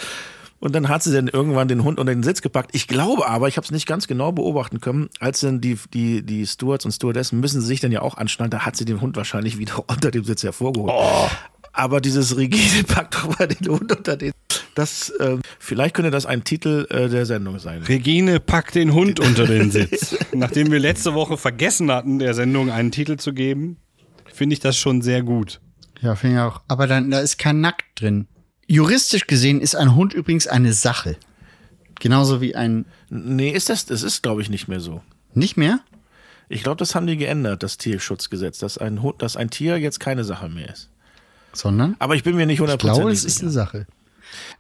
Speaker 2: Und dann hat sie dann irgendwann den Hund unter den Sitz gepackt. Ich glaube aber, ich habe es nicht ganz genau beobachten können, als dann die, die, die Stewards und Stewardessen müssen sich dann ja auch anschnallen, da hat sie den Hund wahrscheinlich wieder unter dem Sitz hervorgeholt. Aber dieses rigide packt doch mal den Hund unter den das, ähm, vielleicht könnte das ein Titel äh, der Sendung sein.
Speaker 3: Regine packt den Hund unter den Sitz. Nachdem wir letzte Woche vergessen hatten, der Sendung einen Titel zu geben, finde ich das schon sehr gut.
Speaker 4: Ja, finde ich auch. Aber dann, da ist kein Nackt drin. Juristisch gesehen ist ein Hund übrigens eine Sache. Genauso wie ein.
Speaker 2: Nee, ist das, das ist, glaube ich, nicht mehr so.
Speaker 4: Nicht mehr?
Speaker 2: Ich glaube, das haben die geändert, das Tierschutzgesetz, dass ein Hund, dass ein Tier jetzt keine Sache mehr ist.
Speaker 4: Sondern?
Speaker 2: Aber ich bin mir nicht
Speaker 4: Ich glaube,
Speaker 2: hundertprozentig
Speaker 4: es ist
Speaker 2: sicher.
Speaker 4: eine Sache.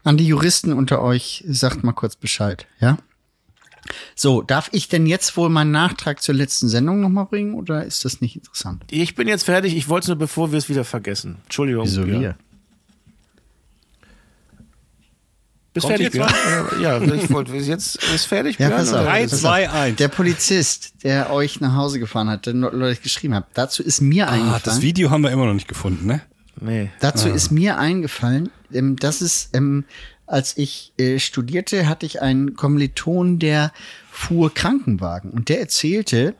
Speaker 4: An die Juristen unter euch, sagt mal kurz Bescheid, ja? So, darf ich denn jetzt wohl meinen Nachtrag zur letzten Sendung nochmal bringen oder ist das nicht interessant?
Speaker 2: Ich bin jetzt fertig, ich wollte es nur, bevor wir es wieder vergessen. Entschuldigung. Björn. Bist
Speaker 3: Kommt jetzt
Speaker 2: fertig, Björn? Oder- Ja, ich wollte, jetzt ist fertig,
Speaker 4: Ja,
Speaker 2: Björn?
Speaker 4: pass auf.
Speaker 2: oder-
Speaker 3: Drei,
Speaker 4: pass
Speaker 3: zwei,
Speaker 4: auf.
Speaker 3: eins.
Speaker 4: Der Polizist, der euch nach Hause gefahren hat, der Leute ich geschrieben hat, dazu ist mir
Speaker 2: Ah,
Speaker 4: eingefallen.
Speaker 3: Ah, Video haben wir immer noch nicht gefunden, ne?
Speaker 2: Nee.
Speaker 4: Dazu ist mir eingefallen, ähm, dass es, ähm, als ich äh, studierte, hatte ich einen Kommiliton, der fuhr Krankenwagen und der erzählte,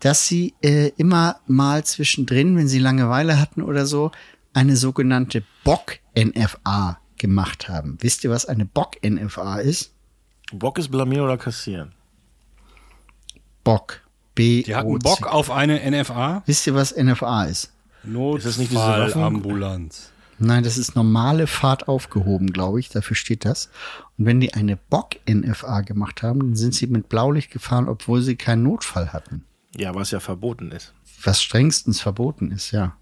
Speaker 4: dass sie äh, immer mal zwischendrin, wenn sie Langeweile hatten oder so, eine sogenannte Bock-NFA gemacht haben. Wisst ihr, was eine Bock-NFA ist?
Speaker 2: Bock ist blamieren oder kassieren?
Speaker 4: Bock. B
Speaker 3: Die hatten Bock auf eine NFA.
Speaker 4: Wisst ihr, was NFA ist?
Speaker 2: das nicht diese Waffen-
Speaker 3: Notfallambulanz.
Speaker 4: Nein, das ist normale Fahrt aufgehoben, glaube ich. Dafür steht das. Und wenn die eine Bock-NFA gemacht haben, dann sind sie mit Blaulicht gefahren, obwohl sie keinen Notfall hatten.
Speaker 2: Ja, was ja verboten ist.
Speaker 4: Was strengstens verboten ist, ja.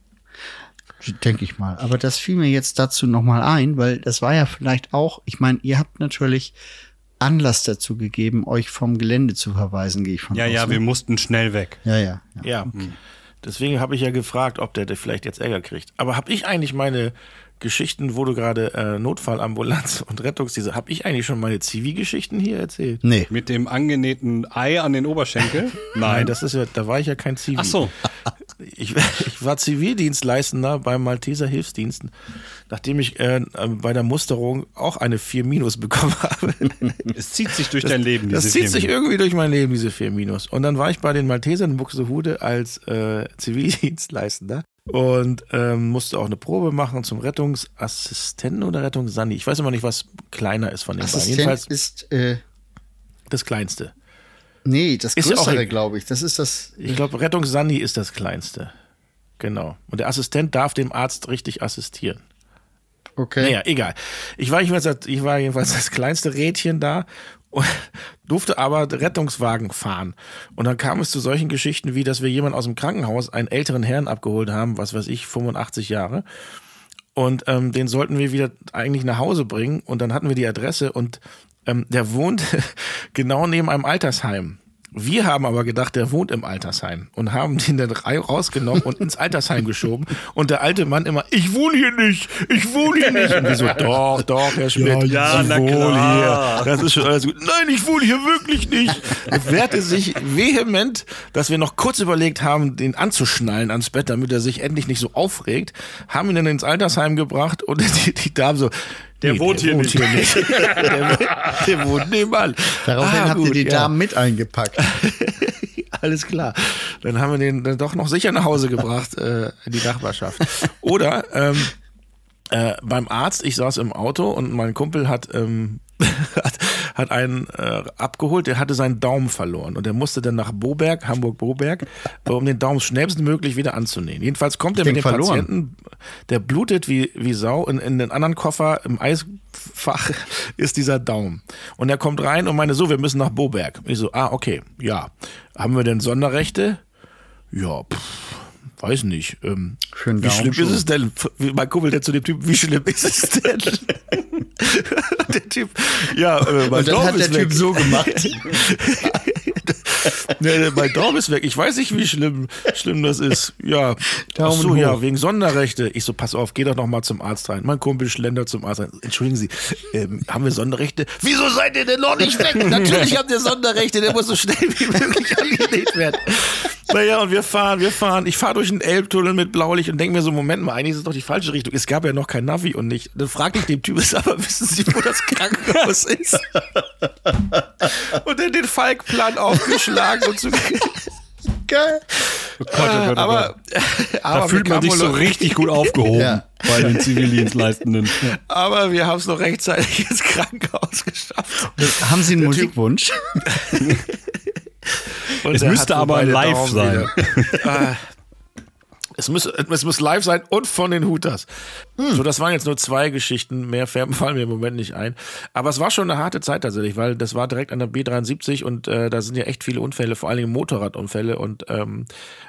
Speaker 4: Denke ich mal. Aber das fiel mir jetzt dazu nochmal ein, weil das war ja vielleicht auch, ich meine, ihr habt natürlich Anlass dazu gegeben, euch vom Gelände zu verweisen, gehe ich von
Speaker 3: Ja,
Speaker 4: aus.
Speaker 3: ja,
Speaker 4: ne?
Speaker 3: wir mussten schnell weg.
Speaker 4: ja, ja, ja.
Speaker 2: Ja.
Speaker 3: Mhm.
Speaker 2: Deswegen habe ich ja gefragt, ob der da vielleicht jetzt Ärger kriegt. Aber habe ich eigentlich meine Geschichten, wo du gerade äh, Notfallambulanz und Rettungsdienst, habe ich eigentlich schon meine Zivi-Geschichten hier erzählt?
Speaker 4: Nee.
Speaker 3: Mit dem angenähten Ei an den Oberschenkel?
Speaker 2: Nein,
Speaker 3: Nein.
Speaker 2: das ist ja, da war ich ja kein Zivi.
Speaker 3: Ach so.
Speaker 2: Ich, ich war Zivildienstleistender beim Malteser Hilfsdiensten, nachdem ich äh, bei der Musterung auch eine 4 Minus bekommen habe.
Speaker 3: Es zieht sich durch dein Leben,
Speaker 2: Das
Speaker 3: diese
Speaker 2: zieht sich
Speaker 3: Themen.
Speaker 2: irgendwie durch mein Leben, diese 4 Minus. Und dann war ich bei den Maltesern in Buxtehude als äh, Zivildienstleistender und ähm, musste auch eine Probe machen zum Rettungsassistenten oder Rettungssani. Ich weiß immer nicht, was kleiner ist von den beiden.
Speaker 4: Assistent
Speaker 2: Jedenfalls
Speaker 4: ist, äh,
Speaker 2: das kleinste.
Speaker 4: nee, das
Speaker 2: Ist ja auch
Speaker 4: Größere,
Speaker 2: egal.
Speaker 4: glaube ich. Das ist das,
Speaker 2: Ich glaube, Rettungssani ist das kleinste. Genau. Und der Assistent darf dem Arzt richtig assistieren.
Speaker 4: okay.
Speaker 2: Naja, egal. Ich war jedenfalls, das- ich war jedenfalls das kleinste Rädchen da und durfte aber Rettungswagen fahren. Und dann kam es zu solchen Geschichten wie, dass wir jemanden aus dem Krankenhaus, einen älteren Herrn abgeholt haben, was weiß ich, 85 Jahre. Und ähm, den sollten wir wieder eigentlich nach Hause bringen. Und dann hatten wir die Adresse und ähm, der wohnt genau neben einem Altersheim. Wir haben aber gedacht, der wohnt im Altersheim und haben den dann rei- rausgenommen und ins Altersheim geschoben. Und der alte Mann immer, ich wohne hier nicht, ich wohne hier nicht. Und wir so, doch, doch, Herr Schmidt,
Speaker 3: ja,
Speaker 2: ich
Speaker 3: na
Speaker 2: wohne
Speaker 3: klar.
Speaker 2: hier. Das ist schon alles gut. Nein, ich wohne hier wirklich nicht. Er wehrte sich vehement, dass wir noch kurz überlegt haben, den anzuschnallen ans Bett, damit er sich endlich nicht so aufregt. Haben ihn dann ins Altersheim gebracht und die, die Dame so,
Speaker 3: Der wohnt hier nicht.
Speaker 2: der, der wohnt nebenan.
Speaker 4: Daraufhin
Speaker 2: Ah,
Speaker 4: habt ihr
Speaker 2: gut,
Speaker 4: die
Speaker 2: ja.
Speaker 4: Damen mit eingepackt.
Speaker 2: Alles klar. Dann haben wir den dann doch noch sicher nach Hause gebracht, äh, in die Nachbarschaft. Oder ähm, äh, beim Arzt, ich saß im Auto und mein Kumpel hat, ähm, hat, hat einen äh, abgeholt, der hatte seinen Daumen verloren und der musste dann nach Boberg, Hamburg-Boberg, äh, um den Daumen schnellstmöglich wieder anzunehmen. Jedenfalls kommt er
Speaker 4: Den
Speaker 2: mit dem
Speaker 4: verloren.
Speaker 2: Patienten, der blutet wie, wie Sau und in den anderen Koffer im Eisfach ist dieser Daumen. Und er kommt rein und meine, so, wir müssen nach Boberg. Und ich so, ah, okay, ja. Haben wir denn Sonderrechte? Ja, pff, weiß nicht. Ähm,
Speaker 4: Für einen
Speaker 2: wie
Speaker 4: Daumen
Speaker 2: schlimm
Speaker 4: schon.
Speaker 2: ist es denn? F- wie- Mein Kumpel, der zu dem Typ, wie schlimm ist es denn? der Typ, ja, äh, mein
Speaker 4: Und dann
Speaker 2: Daumen
Speaker 4: hat der
Speaker 2: ist
Speaker 4: Typ
Speaker 2: weg.
Speaker 4: so gemacht.
Speaker 2: Nee, nee, mein Daumen ist weg. Ich weiß nicht, wie schlimm, schlimm das ist. Ja. Ach
Speaker 4: Daumen
Speaker 2: so,
Speaker 4: hoch.
Speaker 2: ja, wegen Sonderrechte. Ich so, pass auf, geh doch noch mal zum Arzt rein. Mein Kumpel schlendert zum Arzt rein. Entschuldigen Sie, ähm, haben wir Sonderrechte? Wieso seid ihr denn noch nicht weg? Natürlich habt ihr Sonderrechte. Der muss so schnell wie möglich angenäht werden. Naja, und wir fahren, wir fahren. Ich fahre durch einen Elbtunnel mit Blaulicht und denke mir so, Moment mal, eigentlich ist es doch die falsche Richtung. Es gab ja noch kein Navi und nicht. Dann frage ich dem Typ, aber wissen Sie, wo das Krankenhaus ist? und dann den Falkplan aufgeschlagen und so.
Speaker 4: Geil.
Speaker 3: oh
Speaker 2: Äh, aber, aber,
Speaker 3: Da
Speaker 2: wir
Speaker 3: fühlt man sich
Speaker 2: kamen
Speaker 3: so
Speaker 2: noch-
Speaker 3: richtig gut aufgehoben
Speaker 4: Ja.
Speaker 3: bei den Zivildienstleistenden.
Speaker 2: aber wir haben es noch rechtzeitig ins Krankenhaus geschafft.
Speaker 4: Das, haben Sie einen Musikwunsch?
Speaker 2: Und
Speaker 3: Es
Speaker 2: der
Speaker 3: müsste
Speaker 2: hat wohl
Speaker 3: aber
Speaker 2: beide
Speaker 3: live sein.
Speaker 2: wieder. Äh, es, muss, es muss live sein und von den Hooters.
Speaker 3: Hm.
Speaker 2: So, das waren jetzt nur zwei Geschichten. Mehr Färben fallen mir im Moment nicht ein. Aber es war schon eine harte Zeit tatsächlich, weil das war direkt an der B73 und äh, da sind ja echt viele Unfälle, vor allen Dingen Motorradunfälle. Und ähm,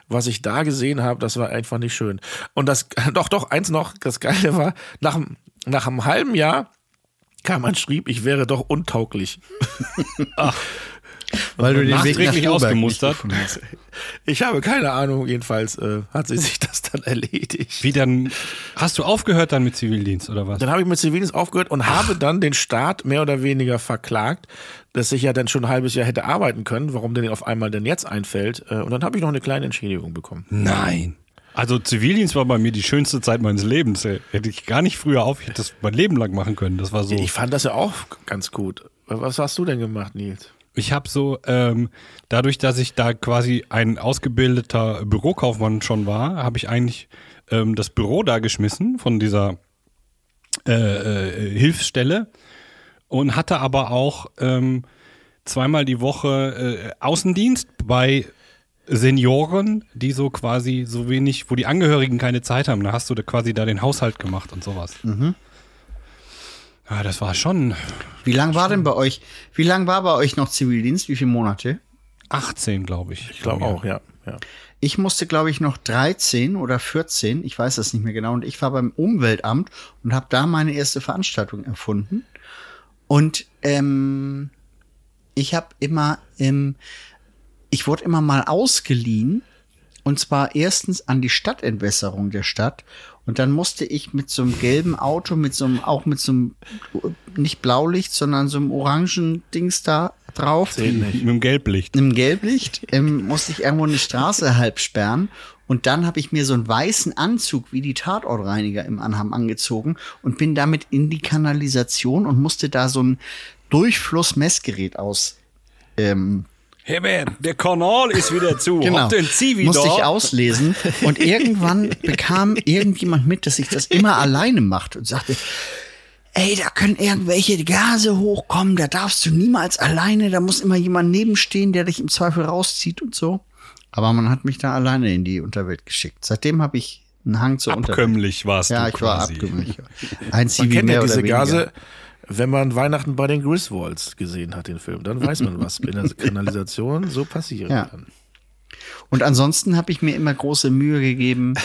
Speaker 2: was ich da gesehen habe, das war einfach nicht schön. Und das, doch, doch, eins noch, das Geile war, nach, dem- nach einem halben Jahr kam man schrieb, ich wäre doch untauglich.
Speaker 4: Weil du den Weg nach
Speaker 3: Nachträglich
Speaker 4: Oberg nicht
Speaker 3: ausgemustert.
Speaker 4: gefunden hast.
Speaker 2: Ich habe keine Ahnung, jedenfalls äh, hat sie sich das dann erledigt.
Speaker 3: Wie dann? Hast du aufgehört dann mit Zivildienst oder was?
Speaker 2: Dann habe ich mit Zivildienst aufgehört und habe dann den Staat mehr oder weniger verklagt, dass ich ja dann schon ein halbes Jahr hätte arbeiten können, warum denn auf einmal denn jetzt einfällt. Äh, Und dann habe ich noch eine kleine Entschädigung bekommen.
Speaker 3: Nein. Also Zivildienst war bei mir die schönste Zeit meines Lebens. ey. Hätte ich gar nicht früher auf, ich hätte das mein Leben lang machen können. Das war
Speaker 4: Oh.
Speaker 3: so.
Speaker 2: Ich fand das ja auch ganz gut. Was hast du denn gemacht, Nils?
Speaker 3: Ich habe so, ähm, dadurch, dass ich da quasi ein ausgebildeter Bürokaufmann schon war, habe ich eigentlich ähm, das Büro da geschmissen von dieser äh, äh, Hilfsstelle und hatte aber auch ähm, zweimal die Woche äh, Außendienst bei Senioren, die so quasi so wenig, wo die Angehörigen keine Zeit haben. Da hast du da quasi da den Haushalt gemacht und sowas. Ja, das war schon
Speaker 4: Wie lang war denn bei euch, wie lang war bei euch noch Zivildienst? Wie viele Monate?
Speaker 3: 18, glaube ich.
Speaker 2: Ich glaube auch, ja. ja.
Speaker 4: Ich musste, glaube ich, noch 13 oder 14, ich weiß das nicht mehr genau, und ich war beim Umweltamt und habe da meine erste Veranstaltung erfunden. Und ähm, ich habe immer, ähm, ich wurde immer mal ausgeliehen, und zwar erstens an die Stadtentwässerung der Stadt. Und dann musste ich mit so einem gelben Auto, mit so einem, auch mit so einem, nicht Blaulicht, sondern so einem orangen Dings da drauf
Speaker 3: Mit dem Gelblicht.
Speaker 4: im Gelblicht ähm, musste ich irgendwo eine Straße halb sperren. Und dann habe ich mir so einen weißen Anzug wie die Tatortreiniger im Anhang angezogen und bin damit in die Kanalisation und musste da so ein Durchflussmessgerät aus. Ähm,
Speaker 3: Hey man, der Kanal ist wieder zu.
Speaker 4: genau.
Speaker 3: Habt ihr einen Zivi
Speaker 4: musste
Speaker 3: da?
Speaker 4: ich auslesen. Und irgendwann bekam irgendjemand mit, dass ich das immer alleine machte und sagte, ey, da können irgendwelche Gase hochkommen, da darfst du niemals alleine, da muss immer jemand nebenstehen, der dich im Zweifel rauszieht und so. Aber man hat mich da alleine in die Unterwelt geschickt. Seitdem habe ich einen Hang zur Unterwelt.
Speaker 3: Abkömmlich warst
Speaker 4: Ja,
Speaker 3: du
Speaker 4: ich war
Speaker 3: quasi.
Speaker 4: abkömmlich. Ein
Speaker 2: Man
Speaker 4: Zivi
Speaker 2: kennt
Speaker 4: mehr
Speaker 2: ja
Speaker 4: oder
Speaker 2: diese
Speaker 4: weniger.
Speaker 2: Gase, wenn man Weihnachten bei den Griswolds gesehen hat, den Film. Dann weiß man, was in der Kanalisation so passieren
Speaker 4: Ja.
Speaker 2: kann.
Speaker 4: Und ansonsten habe ich mir immer große Mühe gegeben,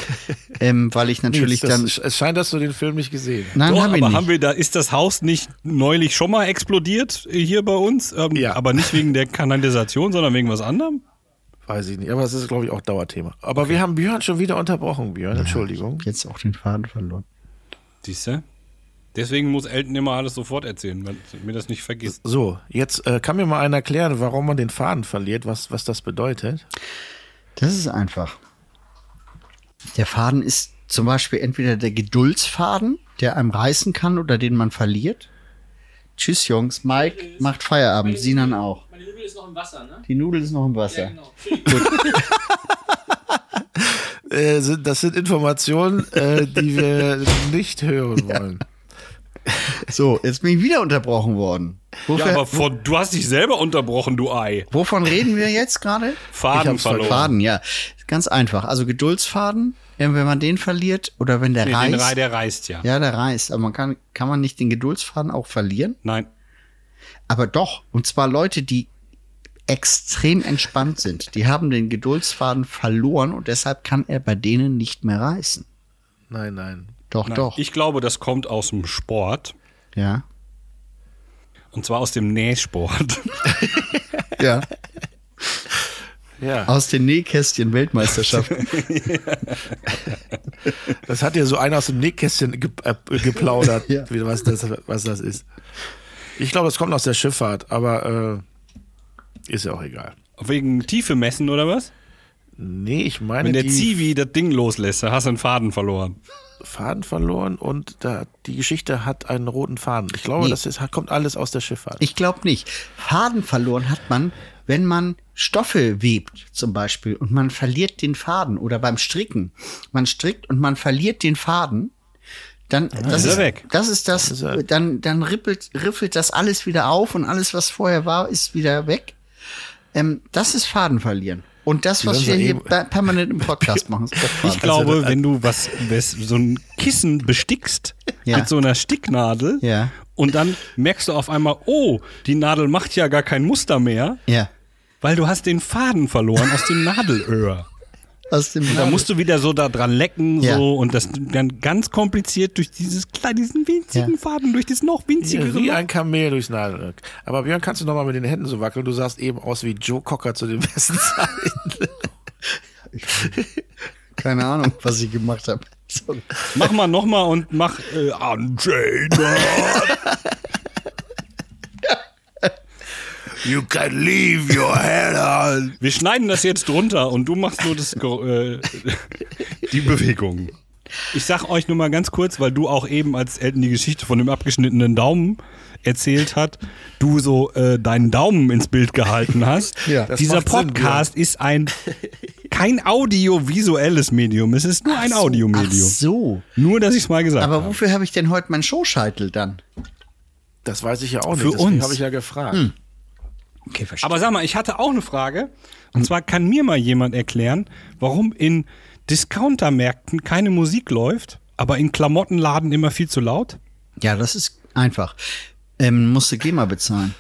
Speaker 4: ähm, weil ich natürlich
Speaker 2: Nils, das,
Speaker 4: dann.
Speaker 2: es scheint, dass du den Film nicht gesehen hast.
Speaker 4: Nein,
Speaker 3: Doch,
Speaker 4: habe ich
Speaker 3: aber
Speaker 4: nicht.
Speaker 3: haben wir da ist das Haus nicht neulich schon mal explodiert äh, hier bei uns? Ähm,
Speaker 2: Ja.
Speaker 3: Aber nicht wegen der Kanalisation, sondern wegen was anderem?
Speaker 2: Weiß ich nicht. Aber es ist, glaube ich, auch Dauerthema. Aber wir haben Björn schon wieder unterbrochen, Björn. Entschuldigung.
Speaker 4: Jetzt auch den Faden verloren.
Speaker 3: Siehst du? Deswegen muss Elton immer alles sofort erzählen, weil mir das nicht vergisst.
Speaker 2: So, jetzt äh, kann mir mal einer erklären, warum man den Faden verliert, was, was das bedeutet.
Speaker 4: Das ist einfach. Der Faden ist zum Beispiel entweder der Geduldsfaden, der einem reißen kann oder den man verliert. Tschüss, Jungs. Mike macht Feierabend. Sinan auch.
Speaker 5: Meine Nudel ist noch im Wasser, ne?
Speaker 4: Die Nudel ist noch im Wasser.
Speaker 5: Genau.
Speaker 2: Äh, sind, das sind Informationen, äh, die wir nicht hören wollen.
Speaker 4: So, jetzt bin ich wieder unterbrochen worden.
Speaker 3: Ja,
Speaker 4: Wofür,
Speaker 3: aber von, du hast dich selber unterbrochen, du Ei.
Speaker 4: wovon reden wir jetzt gerade?
Speaker 2: Ich
Speaker 3: Faden
Speaker 2: hab's
Speaker 3: verloren.
Speaker 4: Faden, ja. Ganz einfach. Also Geduldsfaden, äh, wenn man den verliert oder wenn der
Speaker 3: Nee, den Rei,
Speaker 4: reißt.
Speaker 3: der reißt ja.
Speaker 4: Ja, der reißt. Aber man kann, kann man nicht den Geduldsfaden auch verlieren?
Speaker 3: Nein.
Speaker 4: Aber doch, und zwar Leute, die extrem entspannt sind. Die haben den Geduldsfaden verloren und deshalb kann er bei denen nicht mehr reißen.
Speaker 2: Nein, nein.
Speaker 4: Doch,
Speaker 3: Nein.
Speaker 4: doch.
Speaker 3: Ich glaube, das kommt aus dem Sport.
Speaker 4: ja.
Speaker 3: Und zwar aus dem Nähsport.
Speaker 4: Ja.
Speaker 2: Ja,
Speaker 4: Aus den Nähkästchen Weltmeisterschaften.
Speaker 2: das hat dir so einer aus dem Nähkästchen ge äh, geplaudert,
Speaker 4: Ja.
Speaker 2: wie, was, das, was das ist. Ich glaube, es kommt aus der Schifffahrt, aber äh, ist ja auch egal.
Speaker 3: Wegen Tiefe messen oder was?
Speaker 2: Nee, ich meine,
Speaker 3: Wenn der
Speaker 2: die
Speaker 3: Zivi das Ding loslässt, dann hast du einen Faden verloren.
Speaker 2: Faden verloren und da, die Geschichte hat einen roten Faden. Ich glaube,
Speaker 4: Nee.
Speaker 2: das ist, kommt alles aus der Schifffahrt.
Speaker 4: Ich glaube nicht. Faden verloren hat man, wenn man Stoffe webt zum Beispiel und man verliert den Faden oder beim Stricken. Man strickt und man verliert den Faden. Dann, das,
Speaker 3: ist er
Speaker 4: ist,
Speaker 3: weg.
Speaker 4: das ist das,
Speaker 2: ist er-
Speaker 4: dann, dann rippelt, riffelt das alles wieder auf und alles, was vorher war, ist wieder weg. Ähm, das ist Faden verlieren. Und das,
Speaker 2: werden
Speaker 4: was wir
Speaker 2: wir
Speaker 4: hier
Speaker 2: eben-
Speaker 4: per- permanent im Podcast machen, ist auch Faden.
Speaker 3: Ich glaube, wenn du was, was so ein Kissen bestickst
Speaker 4: Ja.
Speaker 3: mit so einer Sticknadel
Speaker 4: Ja.
Speaker 3: und dann merkst du auf einmal, oh, die Nadel macht ja gar kein Muster mehr,
Speaker 4: Ja.
Speaker 3: weil du hast den Faden verloren aus dem Nadelöhr.
Speaker 4: Aus dem
Speaker 3: Da musst du wieder so da dran lecken
Speaker 4: Ja.
Speaker 3: so und das dann ganz kompliziert durch dieses kleine, diesen winzigen
Speaker 4: Ja.
Speaker 3: Faden, durch das noch winzigere
Speaker 2: Wie
Speaker 3: Loch.
Speaker 2: ein Kamel durchs Nadelöhr. Aber Björn, kannst du nochmal mit den Händen so wackeln? Du sahst eben aus wie Joe Cocker zu den besten Zeiten.
Speaker 4: keine Ahnung, was ich gemacht habe. So.
Speaker 3: Mach mal nochmal und mach äh, ne? Unchained.
Speaker 2: You can leave your head on.
Speaker 3: Wir schneiden das jetzt drunter und du machst nur das, Ge- äh, die Bewegung. Ich sag euch nur mal ganz kurz, weil du auch eben als Elton die Geschichte von dem abgeschnittenen Daumen erzählt hat, du so äh, deinen Daumen ins Bild gehalten hast.
Speaker 4: Ja.
Speaker 2: Das
Speaker 3: Dieser
Speaker 2: macht Sinn,
Speaker 3: Podcast ist ein kein audiovisuelles Medium, es ist nur ein
Speaker 4: Ach
Speaker 3: Audiomedium.
Speaker 4: so.
Speaker 3: Nur, dass ich es mal gesagt habe.
Speaker 4: Aber wofür habe ich denn heute meinen Showscheitel dann?
Speaker 2: Das weiß ich ja auch nicht.
Speaker 3: Für
Speaker 2: Deswegen
Speaker 3: uns. Hm.
Speaker 2: habe ich ja gefragt.
Speaker 4: Okay, verstehe.
Speaker 3: Aber sag mal, ich hatte auch eine Frage. Und zwar kann mir mal jemand erklären, warum in Discountermärkten keine Musik läuft, aber in Klamottenladen immer viel zu laut?
Speaker 4: Ja, das ist einfach. Ähm, musst du GEMA bezahlen.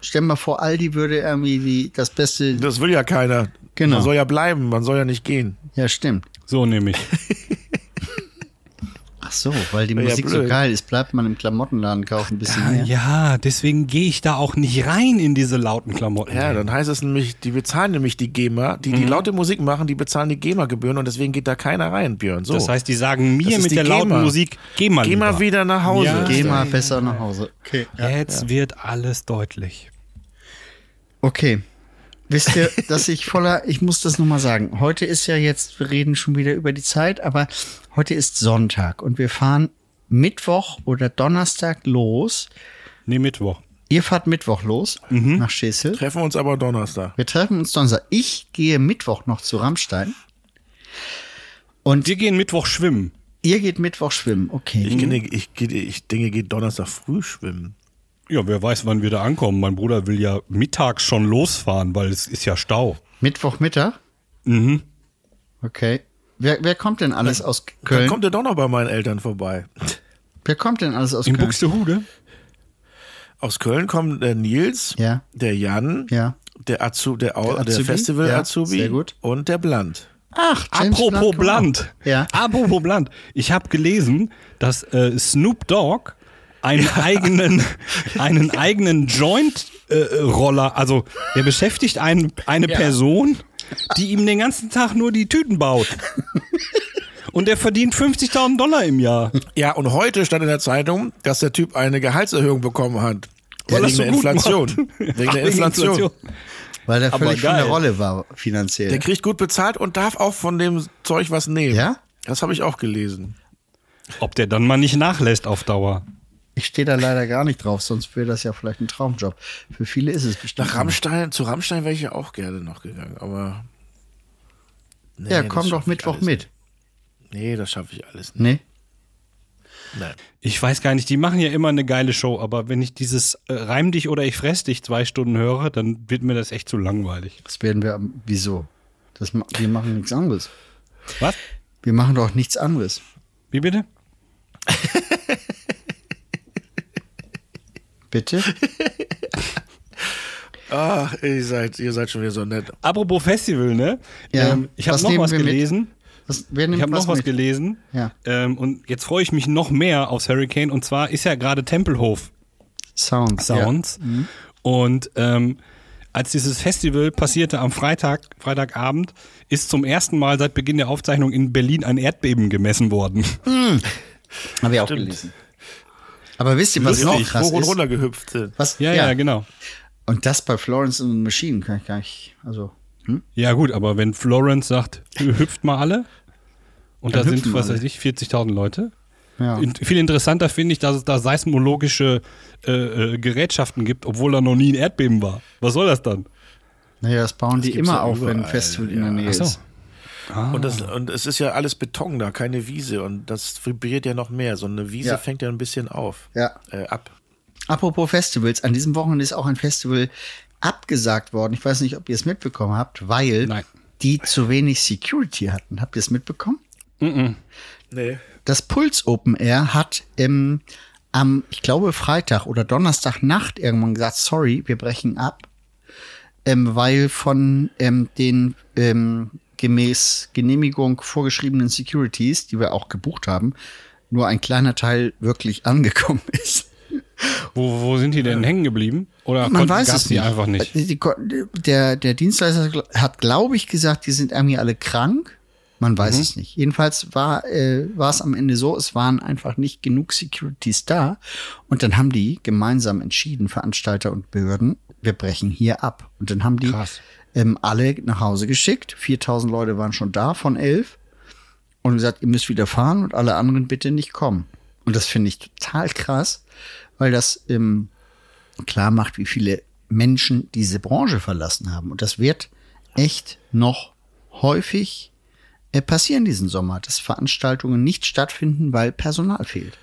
Speaker 4: Stell dir mal vor, Aldi würde irgendwie die, das Beste.
Speaker 2: Das will ja keiner.
Speaker 4: Genau.
Speaker 2: Man soll ja bleiben, man soll ja nicht gehen.
Speaker 4: Ja, stimmt.
Speaker 3: So nämlich.
Speaker 4: Ach so, weil die
Speaker 2: ja
Speaker 4: Musik so
Speaker 2: blöd.
Speaker 4: geil ist, bleibt man im Klamottenladen kaufen ein bisschen mehr.
Speaker 3: ja, deswegen gehe ich da auch nicht rein in diese lauten Klamotten.
Speaker 2: Ja, dann heißt es nämlich, die bezahlen nämlich die GEMA, die
Speaker 3: Mhm.
Speaker 2: die laute Musik machen, die bezahlen die GEMA-Gebühren und deswegen geht da keiner rein, Björn. So.
Speaker 3: Das heißt, die sagen
Speaker 2: Das
Speaker 3: mir
Speaker 2: ist
Speaker 3: mit
Speaker 2: die
Speaker 3: der lauten
Speaker 2: GEMA.
Speaker 3: Musik, geh mal
Speaker 2: geh mal
Speaker 3: lieber.
Speaker 2: wieder nach Hause.
Speaker 3: Ja.
Speaker 4: Geh mal besser nach Hause. Okay.
Speaker 3: Jetzt wird alles deutlich.
Speaker 4: Okay. Wisst ihr, dass ich voller, ich muss das nochmal sagen. Heute ist ja jetzt, wir reden schon wieder über die Zeit, aber heute ist Sonntag und wir fahren Mittwoch oder Donnerstag los.
Speaker 3: Nee, Mittwoch.
Speaker 4: Ihr fahrt Mittwoch los
Speaker 2: Mhm.
Speaker 4: nach Schesel.
Speaker 2: Treffen uns aber Donnerstag.
Speaker 4: Wir treffen uns Donnerstag. Ich gehe Mittwoch noch zu Rammstein. Und
Speaker 3: Wir gehen Mittwoch schwimmen.
Speaker 4: ihr geht Mittwoch schwimmen. Okay.
Speaker 2: Ich, kenne, ich, gehe- ich denke, geht Donnerstag früh schwimmen.
Speaker 3: Ja, wer weiß, wann wir da ankommen. Mein Bruder will ja mittags schon losfahren, weil es ist ja Stau.
Speaker 4: Mittwochmittag? Mhm. Okay. Wer, wer kommt denn alles aus
Speaker 2: Dann
Speaker 4: Köln?
Speaker 2: kommt er doch noch bei meinen Eltern vorbei.
Speaker 4: wer kommt denn alles aus
Speaker 3: In
Speaker 4: Köln?
Speaker 3: Buxtehude?
Speaker 2: Aus Köln kommen der Nils,
Speaker 4: Ja.
Speaker 2: der Jan,
Speaker 4: Ja.
Speaker 2: der, Azu, der, Au-
Speaker 4: Der
Speaker 2: der,
Speaker 4: Azubi?
Speaker 2: Festival
Speaker 4: Ja,
Speaker 2: Azubi
Speaker 4: sehr gut.
Speaker 2: und der Bland.
Speaker 4: Ach,
Speaker 3: Apropos
Speaker 4: kommt
Speaker 3: Blunt.
Speaker 4: auch. Ja.
Speaker 3: Apropos Blunt. Ich habe gelesen, dass äh, Snoop Dogg einen eigenen, einen eigenen Joint-Roller, also der beschäftigt einen, eine Person, die ihm den ganzen Tag nur die Tüten baut. Und der verdient 50.000 Dollar im Jahr.
Speaker 2: Ja, und heute stand in der Zeitung, dass der Typ eine Gehaltserhöhung bekommen hat.
Speaker 3: Weil
Speaker 2: wegen
Speaker 3: das so
Speaker 2: der
Speaker 3: gut
Speaker 2: Inflation.
Speaker 3: macht.
Speaker 2: Wegen
Speaker 3: Ach,
Speaker 2: der Inflation.
Speaker 4: Weil der
Speaker 3: Aber
Speaker 4: völlig von der
Speaker 3: geil.
Speaker 4: Rolle war
Speaker 2: Der
Speaker 4: finanziell.
Speaker 2: kriegt gut bezahlt und darf auch von dem Zeug was nehmen.
Speaker 4: Ja?
Speaker 2: Das habe ich auch gelesen.
Speaker 3: Ob der dann mal nicht nachlässt auf Dauer.
Speaker 4: Ich stehe da leider gar nicht drauf, sonst wäre das ja vielleicht ein Traumjob. Für viele ist es bestimmt.
Speaker 2: Nach Rammstein, zu Rammstein wäre ich ja auch gerne noch gegangen, aber. Nee,
Speaker 4: ja,
Speaker 2: das
Speaker 4: komm
Speaker 2: schaff
Speaker 4: doch
Speaker 2: ich
Speaker 4: Mittwoch
Speaker 2: alles
Speaker 4: mit.
Speaker 2: Nicht. Nee, das schaffe ich alles nicht.
Speaker 4: Nee?
Speaker 2: Nein.
Speaker 3: Ich weiß gar nicht, die machen ja immer eine geile Show, aber wenn ich dieses äh, Reim dich oder ich fress dich zwei Stunden höre, dann wird mir das echt zu langweilig.
Speaker 4: Das werden wir. am- Wieso? Das, ma- wir machen nichts anderes.
Speaker 3: Was?
Speaker 4: Wir machen doch nichts anderes.
Speaker 3: Wie bitte?
Speaker 4: Bitte?
Speaker 2: Ach, ihr seid, ihr seid schon wieder so nett.
Speaker 3: Apropos Festival, ne?
Speaker 4: Ja.
Speaker 3: Ähm, ich habe
Speaker 4: Was
Speaker 3: noch
Speaker 4: nehmen
Speaker 3: was
Speaker 4: wir mit?
Speaker 3: gelesen.
Speaker 4: Was, wer nimmt
Speaker 3: Ich habe noch was
Speaker 4: mit?
Speaker 3: gelesen.
Speaker 4: Ja.
Speaker 3: Ähm, und jetzt freue ich mich noch mehr aufs Hurricane. Und zwar ist ja gerade Tempelhof
Speaker 4: Sound.
Speaker 3: Sounds.
Speaker 4: Mhm.
Speaker 3: Und ähm, als dieses Festival passierte am Freitag, Freitagabend, ist zum ersten Mal seit Beginn der Aufzeichnung in Berlin ein Erdbeben gemessen worden.
Speaker 4: Ja, habe ich auch gelesen. Aber wisst ihr, was noch
Speaker 3: Lustig.
Speaker 4: krass
Speaker 2: Hoch und
Speaker 4: ist?
Speaker 2: runter gehüpft sind.
Speaker 4: Was?
Speaker 3: ja, ja, genau.
Speaker 4: Und das bei Florence and the Machine kann ich gar nicht. Also, hm?
Speaker 3: Ja, gut, aber wenn Florence sagt, hüpft mal alle, und
Speaker 4: Dann
Speaker 3: da sind,
Speaker 4: hüpfen
Speaker 3: was
Speaker 4: alle.
Speaker 3: weiß ich, 40.000 Leute.
Speaker 4: ja.
Speaker 3: In- Viel interessanter finde ich, dass es da seismologische äh, äh, Gerätschaften gibt, obwohl da noch nie ein Erdbeben war. Was soll das dann?
Speaker 4: Naja, das bauen die
Speaker 2: gibt's
Speaker 4: immer
Speaker 2: ja
Speaker 4: auf, wenn ein
Speaker 2: überall,
Speaker 4: Festival in
Speaker 2: ja.
Speaker 4: der Nähe
Speaker 3: Ach so.
Speaker 4: ist. Ah.
Speaker 2: Und, das, und es ist ja alles Beton da, keine Wiese. Und das vibriert ja noch mehr. So eine Wiese
Speaker 4: Ja.
Speaker 2: fängt ja ein bisschen auf.
Speaker 4: Ja.
Speaker 2: Äh, ab.
Speaker 4: Apropos Festivals, an diesem Wochenende ist auch ein Festival abgesagt worden. Ich weiß nicht, ob ihr es mitbekommen habt, weil
Speaker 3: Nein.
Speaker 4: die zu wenig Security hatten. Habt ihr es mitbekommen?
Speaker 2: Nee.
Speaker 4: Das Puls Open Air hat ähm, am, ich glaube, Freitag oder Donnerstagnacht irgendwann gesagt, sorry, wir brechen ab, ähm, weil von ähm, den ähm, gemäß Genehmigung vorgeschriebenen Securities, die wir auch gebucht haben, nur ein kleiner Teil wirklich angekommen ist.
Speaker 3: Wo, wo sind die denn hängen geblieben? Oder
Speaker 4: Man
Speaker 3: konnten-
Speaker 4: weiß
Speaker 3: gab's
Speaker 4: es
Speaker 3: die
Speaker 4: nicht. Äh,
Speaker 3: einfach nicht?
Speaker 4: Die, die, der, der Dienstleister hat, glaube ich, gesagt, die sind irgendwie alle krank. Man weiß
Speaker 3: Mhm.
Speaker 4: es nicht. Jedenfalls war, äh, war es am Ende so, es waren einfach nicht genug Securities da. Und dann haben die gemeinsam entschieden, Veranstalter und Behörden, wir brechen hier ab. Und dann haben die
Speaker 3: Krass.
Speaker 4: ähm, alle nach Hause geschickt. 4000 Leute waren schon da von 11 und gesagt, ihr müsst wieder fahren und alle anderen bitte nicht kommen. Und das finde ich total krass, weil das ähm, klar macht, wie viele Menschen diese Branche verlassen haben. Und das wird echt noch häufig äh, passieren diesen Sommer, dass Veranstaltungen nicht stattfinden, weil Personal fehlt.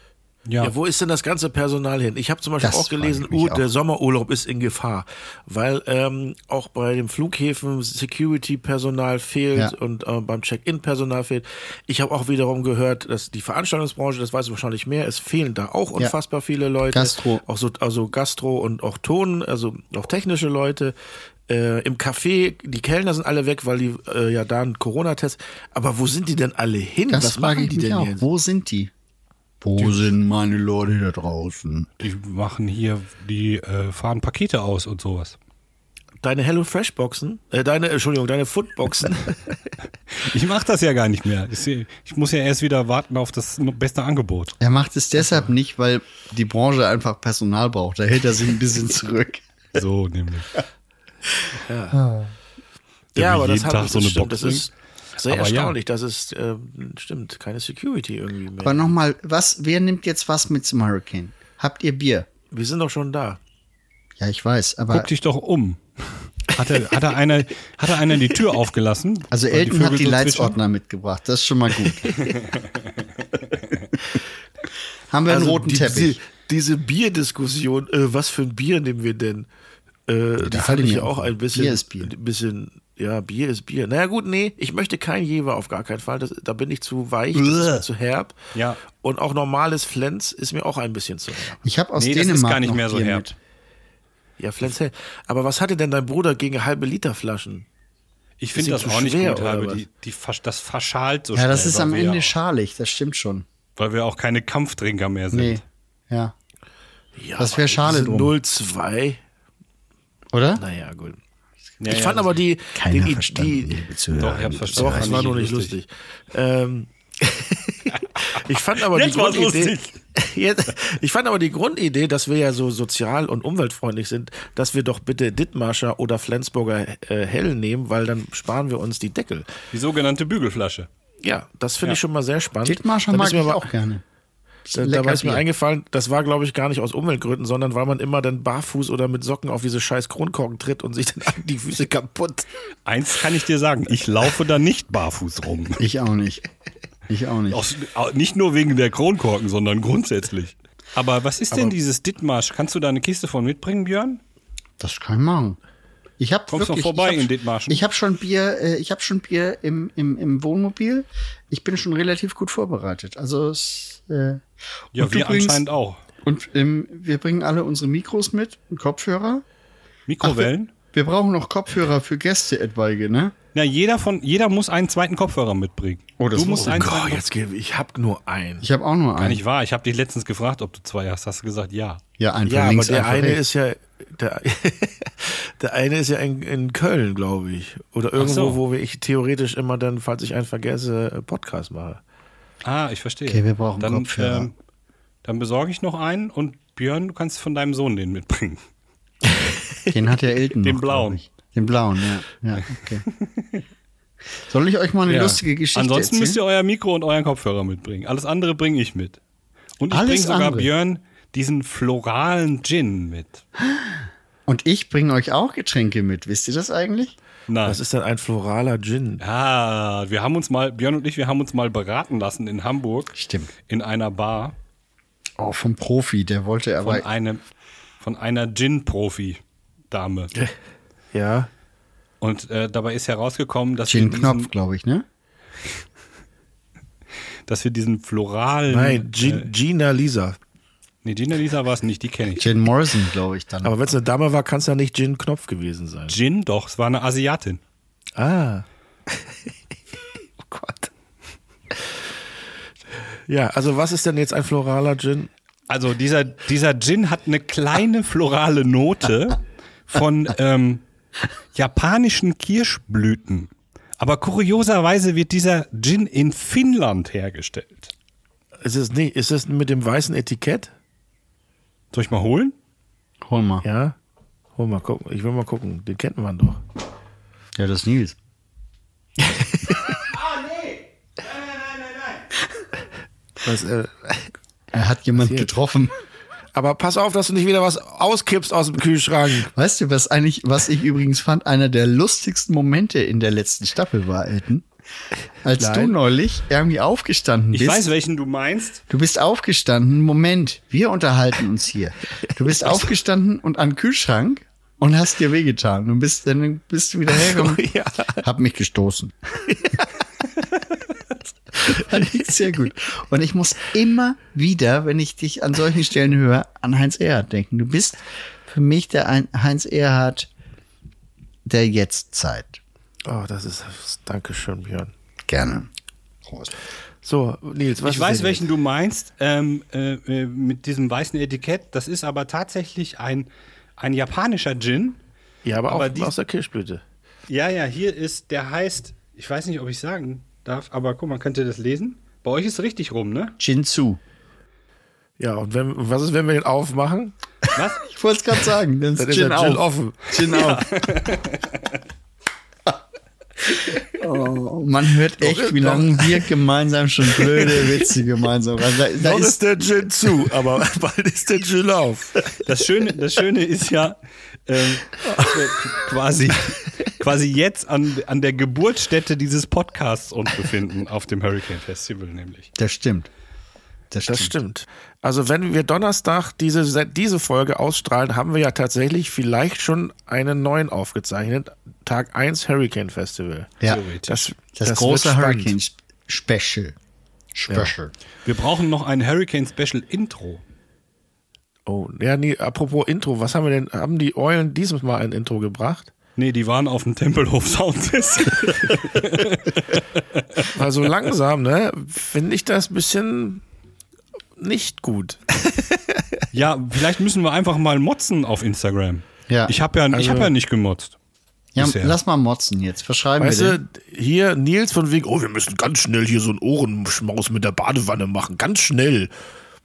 Speaker 2: Ja. wo ist denn das ganze Personal hin? Ich habe zum Beispiel
Speaker 4: Das
Speaker 2: auch gelesen,
Speaker 4: frage ich mich
Speaker 2: oh, der
Speaker 4: auch.
Speaker 2: Sommerurlaub ist in Gefahr, weil ähm, auch bei den Flughäfen Security-Personal fehlt
Speaker 4: Ja.
Speaker 2: und äh, beim Check-in-Personal fehlt. Ich habe auch wiederum gehört, dass die Veranstaltungsbranche, das weiß ich wahrscheinlich mehr, es fehlen da auch unfassbar viele Leute.
Speaker 4: Gastro.
Speaker 2: Auch so, also Gastro und auch Ton, also auch technische Leute. Äh, Im Café, die Kellner sind alle weg, weil die äh, ja da einen Corona-Test. Aber wo sind die denn alle hin?
Speaker 4: Das
Speaker 2: Was
Speaker 4: frage
Speaker 2: machen
Speaker 4: ich
Speaker 2: die
Speaker 4: mich
Speaker 2: denn
Speaker 4: auch.
Speaker 2: jetzt?
Speaker 4: Wo sind die? Wo sind meine Leute da draußen?
Speaker 3: Die machen hier, die äh, fahren Pakete aus und sowas.
Speaker 2: Deine Hello Fresh Boxen, äh, deine Entschuldigung, deine Foodboxen.
Speaker 3: Ich mache das ja gar nicht mehr. Ich, seh- ich muss ja erst wieder warten auf das no- beste Angebot.
Speaker 4: Er macht es deshalb nicht, weil die Branche einfach Personal braucht. Da hält er sich ein bisschen zurück.
Speaker 3: So nämlich. Der
Speaker 2: ja,
Speaker 3: will
Speaker 2: aber das
Speaker 3: jeden
Speaker 2: hat
Speaker 3: Tag
Speaker 2: das
Speaker 3: so eine
Speaker 2: stimmt. Das
Speaker 3: Box
Speaker 2: ist sehr
Speaker 3: Aber ja.
Speaker 2: erstaunlich. Das ist äh, stimmt keine Security irgendwie mehr.
Speaker 4: Aber nochmal, was, wer nimmt jetzt was mit zum Hurricane? Habt ihr Bier?
Speaker 2: Wir sind doch schon da.
Speaker 4: Ja, ich weiß, aber
Speaker 3: Guck dich doch um. Hat er, hat er einer, hat er einer die Tür aufgelassen?
Speaker 4: also
Speaker 3: Weil
Speaker 4: Elton hat
Speaker 3: Vögel
Speaker 4: die
Speaker 3: so zwitschern?
Speaker 4: Leitsordner mitgebracht. Das ist schon mal gut. Haben wir einen roten
Speaker 2: Also die,
Speaker 4: Teppich?
Speaker 2: Diese, diese Bierdiskussion, äh, was für ein Bier nehmen wir denn? Äh, die
Speaker 4: da
Speaker 2: fand
Speaker 4: alle
Speaker 2: ich
Speaker 4: mir
Speaker 2: ja auch
Speaker 4: auch.
Speaker 2: ein bisschen.
Speaker 4: Bier ist Bier.
Speaker 2: Ein bisschen, ja, Bier ist Bier. Naja, gut, nee, ich möchte kein Jever auf gar keinen Fall. Das, da bin ich zu weich, das ist mir zu herb.
Speaker 3: Ja.
Speaker 2: Und auch normales Flens ist mir auch ein bisschen zu herb.
Speaker 4: Ich habe aus
Speaker 3: Nee, das ist
Speaker 4: Dänemark
Speaker 3: gar nicht
Speaker 4: noch
Speaker 3: mehr so
Speaker 4: Bier
Speaker 3: herb.
Speaker 2: Ja, Flens hell. Aber was hatte denn dein Bruder gegen halbe Liter Flaschen?
Speaker 3: Ich finde
Speaker 2: Ist
Speaker 3: das
Speaker 2: ihm zu
Speaker 3: auch nicht
Speaker 2: schwer,
Speaker 3: gut,
Speaker 2: oder
Speaker 3: habe
Speaker 2: was?
Speaker 3: die, die, versch- das verschalt so
Speaker 4: mit. Ja, das
Speaker 3: schnell,
Speaker 4: ist
Speaker 3: weil
Speaker 4: am
Speaker 3: wir
Speaker 4: Ende
Speaker 3: ja,
Speaker 4: schalig, das stimmt schon.
Speaker 3: Weil wir auch keine Kampftrinker mehr sind.
Speaker 4: Nee, ja.
Speaker 2: Ja,
Speaker 4: Das wär schade drum.
Speaker 2: 0,2.
Speaker 4: Oder?
Speaker 2: Naja, gut.
Speaker 3: Ja,
Speaker 2: ich
Speaker 3: ja,
Speaker 2: fand
Speaker 3: das-
Speaker 2: aber die.
Speaker 4: Keiner
Speaker 2: die,
Speaker 4: verstanden,
Speaker 2: die
Speaker 4: liebe Zuhörer.
Speaker 3: Doch, ich hab's verstanden.
Speaker 2: doch, es war nur nicht lustig. Ähm, ich fand aber
Speaker 3: Jetzt
Speaker 2: die
Speaker 3: war's
Speaker 2: Grundidee.
Speaker 3: lustig.
Speaker 2: Jetzt, ich fand aber die Grundidee, dass wir ja so sozial und umweltfreundlich sind, dass wir doch bitte Dithmarscher oder Flensburger äh, Hell nehmen, weil dann sparen wir uns die Deckel.
Speaker 3: Die sogenannte Bügelflasche.
Speaker 2: Ja, das finde ich schon mal sehr spannend.
Speaker 4: Dithmarscher
Speaker 2: Da
Speaker 4: mag
Speaker 2: ist
Speaker 4: ich
Speaker 2: mir aber-
Speaker 4: auch gerne.
Speaker 2: Da,
Speaker 4: Lecker
Speaker 2: dabei ist mir
Speaker 4: Bier.
Speaker 2: eingefallen, das war, glaube ich, gar nicht aus Umweltgründen, sondern weil man immer dann barfuß oder mit Socken auf diese scheiß Kronkorken tritt und sich dann die Füße kaputt.
Speaker 3: Eins kann ich dir sagen, ich laufe da nicht barfuß rum.
Speaker 4: Ich auch nicht. Ich auch nicht.
Speaker 3: Aus, au- nicht nur wegen der Kronkorken, sondern grundsätzlich. Aber was ist denn dieses Dithmarsch? Kannst du da eine Kiste von mitbringen, Björn?
Speaker 4: Das kann ich machen. Ich hab
Speaker 3: Kommst
Speaker 4: wirklich,
Speaker 3: noch vorbei
Speaker 4: ich hab,
Speaker 3: in Dithmarschen?
Speaker 4: Ich habe schon Bier, äh, ich habe schon Bier im, im, im Wohnmobil. Ich bin schon relativ gut vorbereitet. Also es, äh,
Speaker 3: Ja,
Speaker 4: und du
Speaker 3: wir
Speaker 4: bringst-
Speaker 3: anscheinend auch.
Speaker 4: Und ähm, wir bringen alle unsere Mikros mit und Kopfhörer. Ach, wir,
Speaker 3: Mikrowellen?
Speaker 4: wir brauchen noch Kopfhörer für Gäste etwaige, ne?
Speaker 3: Na, jeder von jeder muss einen zweiten Kopfhörer mitbringen.
Speaker 4: Oh, das
Speaker 3: du
Speaker 4: muss-
Speaker 3: musst einen zweiten Kopf-
Speaker 2: jetzt gebe ich hab nur einen.
Speaker 4: Ich habe auch nur
Speaker 3: Gar
Speaker 4: einen.
Speaker 3: nicht wahr. Ich habe dich letztens gefragt, ob du zwei hast. Hast du gesagt, ja.
Speaker 4: Ja, einfach
Speaker 2: Ja, aber
Speaker 4: links,
Speaker 2: der
Speaker 4: einfach
Speaker 2: eine
Speaker 4: rechts.
Speaker 2: ist ja der, der eine ist ja in, in Köln, glaube ich, oder irgendwo,
Speaker 3: so.
Speaker 2: wo wir- ich theoretisch immer dann, falls ich einen vergesse, äh, Podcast mache.
Speaker 3: Ah, ich verstehe.
Speaker 4: Okay, wir brauchen
Speaker 3: dann,
Speaker 4: Kopfhörer.
Speaker 3: ähm, dann besorge ich noch einen und Björn, du kannst von deinem Sohn den mitbringen.
Speaker 4: Den hat ja Elton.
Speaker 3: Den
Speaker 4: noch, glaub
Speaker 3: blauen.
Speaker 4: ich. Den blauen, ja. ja okay. Soll ich euch mal eine lustige Geschichte
Speaker 3: Ansonsten
Speaker 4: erzählen?
Speaker 3: müsst ihr euer Mikro und euren Kopfhörer mitbringen. Alles andere bringe ich mit. Und ich
Speaker 4: Alles
Speaker 3: bringe sogar
Speaker 4: andere?
Speaker 3: Björn diesen floralen Gin mit.
Speaker 4: und ich bringe euch auch Getränke mit. Wisst ihr das eigentlich?
Speaker 3: Nein.
Speaker 2: Das ist dann ein floraler Gin.
Speaker 3: Ah, wir haben uns mal, Björn und ich, wir haben uns mal beraten lassen in Hamburg.
Speaker 4: Stimmt.
Speaker 3: In einer Bar
Speaker 4: Oh, vom Profi, der wollte
Speaker 3: von,
Speaker 4: aber.
Speaker 3: einem, von einer Gin-Profi-Dame.
Speaker 2: Ja.
Speaker 3: Und äh, dabei ist herausgekommen, dass wir,
Speaker 4: Gin
Speaker 3: diesen,
Speaker 4: Knopf, glaube ich, ne?
Speaker 3: dass wir diesen floralen.
Speaker 4: äh,
Speaker 2: Nein, Gin, Gina Lisa.
Speaker 3: Nee, Gina Lisa war es nicht, die kenne ich.
Speaker 4: Gin Morrison, glaube ich, dann.
Speaker 2: Aber wenn es eine Dame war, kann es ja nicht Gin Knopf gewesen sein.
Speaker 3: Gin, doch, es war eine Asiatin.
Speaker 2: Ah. oh Gott. Ja, also was ist denn jetzt ein floraler Gin?
Speaker 3: Also dieser, dieser Gin hat eine kleine florale Note von ähm, japanischen Kirschblüten. Aber kurioserweise wird dieser Gin in Finnland hergestellt.
Speaker 2: Ist es nicht, ist es mit dem weißen Etikett?
Speaker 3: Soll ich mal holen?
Speaker 4: Hol mal. Ja.
Speaker 2: Ja. Hol mal gucken. Ich will mal gucken. Den kennt man doch.
Speaker 4: das ist Nils.
Speaker 2: Das, äh,
Speaker 4: Er hat jemand getroffen.
Speaker 2: aber pass auf, dass du nicht wieder was auskippst aus dem Kühlschrank.
Speaker 4: Weißt du, was eigentlich, was ich übrigens fand, einer der lustigsten Momente in der letzten Staffel war, Elton? Als du
Speaker 2: Nein.
Speaker 4: neulich irgendwie aufgestanden
Speaker 3: Ich
Speaker 4: bist.
Speaker 3: weiß, welchen du meinst.
Speaker 4: Du bist aufgestanden. Moment, wir unterhalten uns hier. Du bist aufgestanden und an den Kühlschrank und hast dir wehgetan. Du bist dann bist du wieder hergekommen.
Speaker 2: ja.
Speaker 4: Hab mich gestoßen. Fand ich sehr gut. Und ich muss immer wieder, wenn ich dich an solchen Stellen höre, an Heinz Erhardt denken. Du bist für mich der ein Heinz Erhardt der Jetztzeit.
Speaker 2: Oh, das ist. Dankeschön, Björn.
Speaker 4: Gerne.
Speaker 2: So, Nils, was
Speaker 3: Ich
Speaker 2: ist
Speaker 3: weiß,
Speaker 2: denn
Speaker 3: welchen du meinst, ähm, äh, äh, mit diesem weißen Etikett. Das ist aber tatsächlich ein, ein japanischer Gin.
Speaker 2: jetzt? Ja, aber,
Speaker 3: aber
Speaker 2: auch
Speaker 3: die-
Speaker 2: aus der Kirschblüte.
Speaker 3: Ja, ja, hier ist, der heißt, ich weiß nicht, ob ich sagen darf, aber guck mal, könnt ihr das lesen? Bei euch ist richtig rum, ne?
Speaker 4: Jinzu.
Speaker 2: Ja, und wenn, was ist, wenn wir den aufmachen?
Speaker 3: Was?
Speaker 4: Ich wollte es gerade sagen. Dann ist,
Speaker 2: Dann
Speaker 4: Gin,
Speaker 2: ist der
Speaker 4: auf.
Speaker 2: Gin offen.
Speaker 4: Gin auf. Oh, man hört echt, wie lange wir gemeinsam schon blöde Witze gemeinsam. machen. Da, da
Speaker 2: Noch ist,
Speaker 4: ist
Speaker 2: der Gin zu, aber bald ist der Gin auf.
Speaker 3: Das Schöne, das Schöne ist ja ähm, äh, quasi, quasi jetzt an, an der Geburtsstätte dieses Podcasts uns befinden, auf dem Hurricane Festival nämlich.
Speaker 4: das stimmt. Das
Speaker 2: Das
Speaker 4: stimmt.
Speaker 2: stimmt. Also wenn wir Donnerstag diese, Se- diese Folge ausstrahlen, haben wir ja tatsächlich vielleicht schon einen neuen aufgezeichnet. Tag 1 Hurricane Festival.
Speaker 4: Ja,
Speaker 3: Theoretisch.
Speaker 2: Das,
Speaker 4: das,
Speaker 2: wird
Speaker 4: große
Speaker 2: spannend.
Speaker 4: Hurricane Sp- Special. Special.
Speaker 3: Wir brauchen noch ein Hurricane Special Intro.
Speaker 2: Oh, ja, nee, apropos Intro, was haben wir denn, haben die Eulen dieses Mal ein Intro gebracht?
Speaker 3: Nee, die waren auf dem Tempelhof Soundtest.
Speaker 2: Weil so langsam, ne, finde ich das ein bisschen nicht gut.
Speaker 3: ja, vielleicht müssen wir einfach mal motzen auf Instagram.
Speaker 4: Ja.
Speaker 3: Ich habe ja, ich
Speaker 2: Also-
Speaker 3: hab ja nicht gemotzt.
Speaker 4: Ja,
Speaker 3: Bisher.
Speaker 4: lass mal motzen jetzt. Verschreiben
Speaker 2: Weißt
Speaker 4: wir den.
Speaker 2: du, hier Nils von wegen, oh, wir müssen ganz schnell hier so einen Ohrenschmaus mit der Badewanne machen, ganz schnell.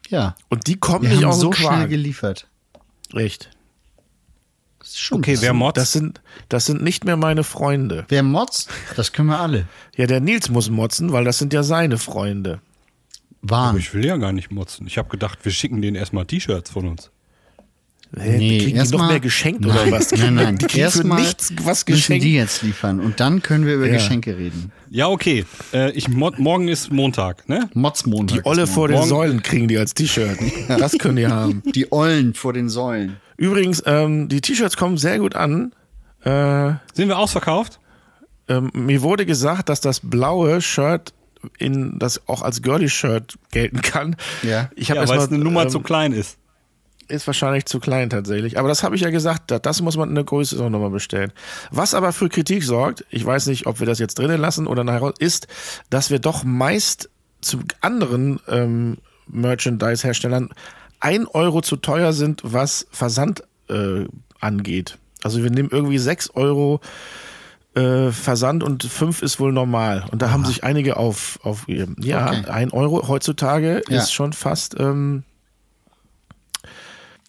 Speaker 4: Ja.
Speaker 2: Und die kommen
Speaker 4: Wir
Speaker 2: nicht
Speaker 4: haben
Speaker 2: aus
Speaker 4: so
Speaker 2: dem
Speaker 4: schnell
Speaker 2: Quark.
Speaker 4: geliefert.
Speaker 2: Echt.
Speaker 4: Das ist schon
Speaker 3: Okay,
Speaker 4: was.
Speaker 3: wer motzt?
Speaker 2: Das sind, das sind nicht mehr meine Freunde.
Speaker 4: wer motzt, das können wir alle.
Speaker 2: Ja, der Nils muss motzen, weil das sind ja seine Freunde. Ah.
Speaker 3: aber
Speaker 4: Wahn.
Speaker 3: ich will ja gar nicht motzen. Ich habe gedacht, wir schicken denen erstmal T-Shirts von uns.
Speaker 2: Hä, die kriegen die
Speaker 4: erst
Speaker 2: noch
Speaker 4: mal-
Speaker 2: mehr geschenkt
Speaker 4: nein,
Speaker 2: oder was?
Speaker 4: Nein, nein.
Speaker 2: Die kriegen
Speaker 4: Erst
Speaker 2: für
Speaker 4: mal
Speaker 2: nichts was
Speaker 4: Müssen die
Speaker 2: geschenkt.
Speaker 4: jetzt liefern und dann können wir über Geschenke reden.
Speaker 3: Ja, okay. Äh, ich mod morgen ist Montag, ne?
Speaker 4: Motzmontag.
Speaker 2: Die Olle
Speaker 4: ist
Speaker 2: vor
Speaker 4: morgen.
Speaker 2: den Säulen kriegen die als T-Shirt. Das können die haben.
Speaker 4: Die Ollen vor den Säulen.
Speaker 2: Übrigens, ähm, die T-Shirts kommen sehr gut an. Äh,
Speaker 3: Sind wir ausverkauft?
Speaker 2: ähm, mir wurde gesagt, dass das blaue Shirt in das auch als girly Shirt gelten kann.
Speaker 4: Ja.
Speaker 2: ich habe
Speaker 3: Ja, weil es eine Nummer
Speaker 2: ähm,
Speaker 3: zu klein ist.
Speaker 2: Ist wahrscheinlich zu klein tatsächlich. Aber das habe ich ja gesagt, da- das muss man in der größeren Nummer bestellen. Was aber für Kritik sorgt, ich weiß nicht, ob wir das jetzt drinnen lassen oder nachher raus, ist, dass wir doch meist zu anderen ähm, Merchandise-Herstellern ein Euro zu teuer sind, was Versand äh, angeht. Also wir nehmen irgendwie sechs Euro äh, Versand und fünf ist wohl normal. Und da haben sich einige auf, aufgegeben. Ja,
Speaker 4: Okay.
Speaker 2: ein Euro heutzutage
Speaker 4: Ja.
Speaker 2: ist schon fast. Ähm,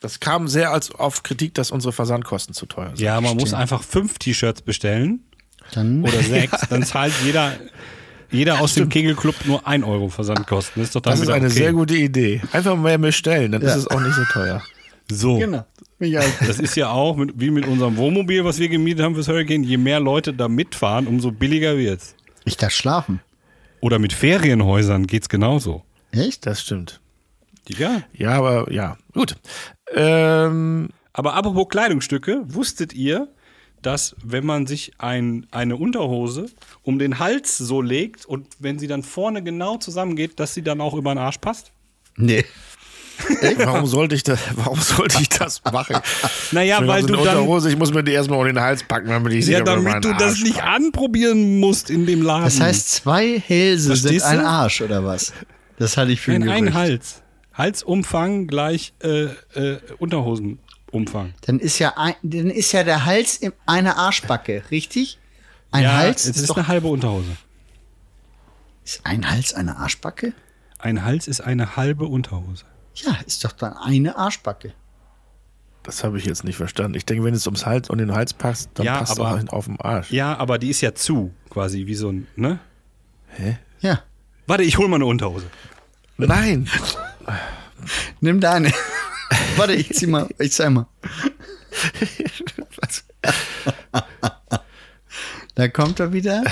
Speaker 2: das kam sehr als auf Kritik, dass unsere Versandkosten zu teuer sind.
Speaker 3: Ja, man muss einfach fünf T-Shirts bestellen
Speaker 4: Dann
Speaker 3: oder sechs. Dann zahlt jeder, jeder aus dem Kegelclub nur ein Euro Versandkosten. Ist doch dann
Speaker 2: das ist
Speaker 3: wieder
Speaker 2: eine
Speaker 3: okay.
Speaker 2: sehr gute Idee. Einfach mehr bestellen, dann ist es auch nicht so teuer.
Speaker 3: So.
Speaker 4: Genau. Michael.
Speaker 3: Das ist ja auch mit, wie mit unserem Wohnmobil, was wir gemietet haben fürs Hurricane. Je mehr Leute da mitfahren, umso billiger wird's.
Speaker 4: Ich darf schlafen.
Speaker 3: Oder mit Ferienhäusern geht's genauso.
Speaker 4: Echt?
Speaker 2: Das stimmt.
Speaker 3: Ja.
Speaker 2: Ja, aber ja, gut. Ähm,
Speaker 3: Aber apropos Kleidungsstücke, wusstet ihr, dass wenn man sich ein, eine Unterhose um den Hals so legt und wenn sie dann vorne genau zusammengeht, dass sie dann auch über den Arsch passt?
Speaker 4: Nee.
Speaker 2: warum sollte ich das, warum sollte ich das machen?
Speaker 3: Naja,
Speaker 2: Schon
Speaker 3: weil
Speaker 2: so also eine
Speaker 3: du dann-
Speaker 2: Unterhose, ich muss mir die erstmal um den Hals packen, damit ich
Speaker 3: Ja,
Speaker 2: sehe, ob mein
Speaker 3: damit du das
Speaker 2: Arsch
Speaker 3: nicht anprobieren musst in dem Laden.
Speaker 4: Das heißt, zwei Hälse
Speaker 3: Verstehst
Speaker 4: sind ein
Speaker 3: du?
Speaker 4: Arsch oder was? Das halte ich für ein
Speaker 3: Nein, ein
Speaker 4: Gerücht.
Speaker 3: Hals. Halsumfang gleich äh, äh, Unterhosenumfang.
Speaker 4: Dann ist ja ein, dann ist ja der Hals in eine Arschbacke, richtig? Ein
Speaker 3: ja,
Speaker 4: Hals
Speaker 3: es
Speaker 4: ist,
Speaker 3: ist,
Speaker 4: doch
Speaker 3: eine halbe Unterhose.
Speaker 4: ist ein Hals eine Arschbacke?
Speaker 3: Ein Hals ist eine halbe Unterhose.
Speaker 4: Ja, ist doch dann eine Arschbacke.
Speaker 2: Das habe ich jetzt nicht verstanden. Ich denke, wenn es ums Hals und den Hals passt, dann
Speaker 3: Ja,
Speaker 2: passt es
Speaker 3: aber-
Speaker 2: auch hin- auf den Arsch.
Speaker 3: Ja, aber die ist ja zu, quasi wie so ein, ne?
Speaker 4: Ja.
Speaker 3: Warte, ich hol mal eine Unterhose.
Speaker 2: Nein,
Speaker 4: Nimm deine. Warte, ich zieh mal, ich zeig mal. Da kommt er wieder.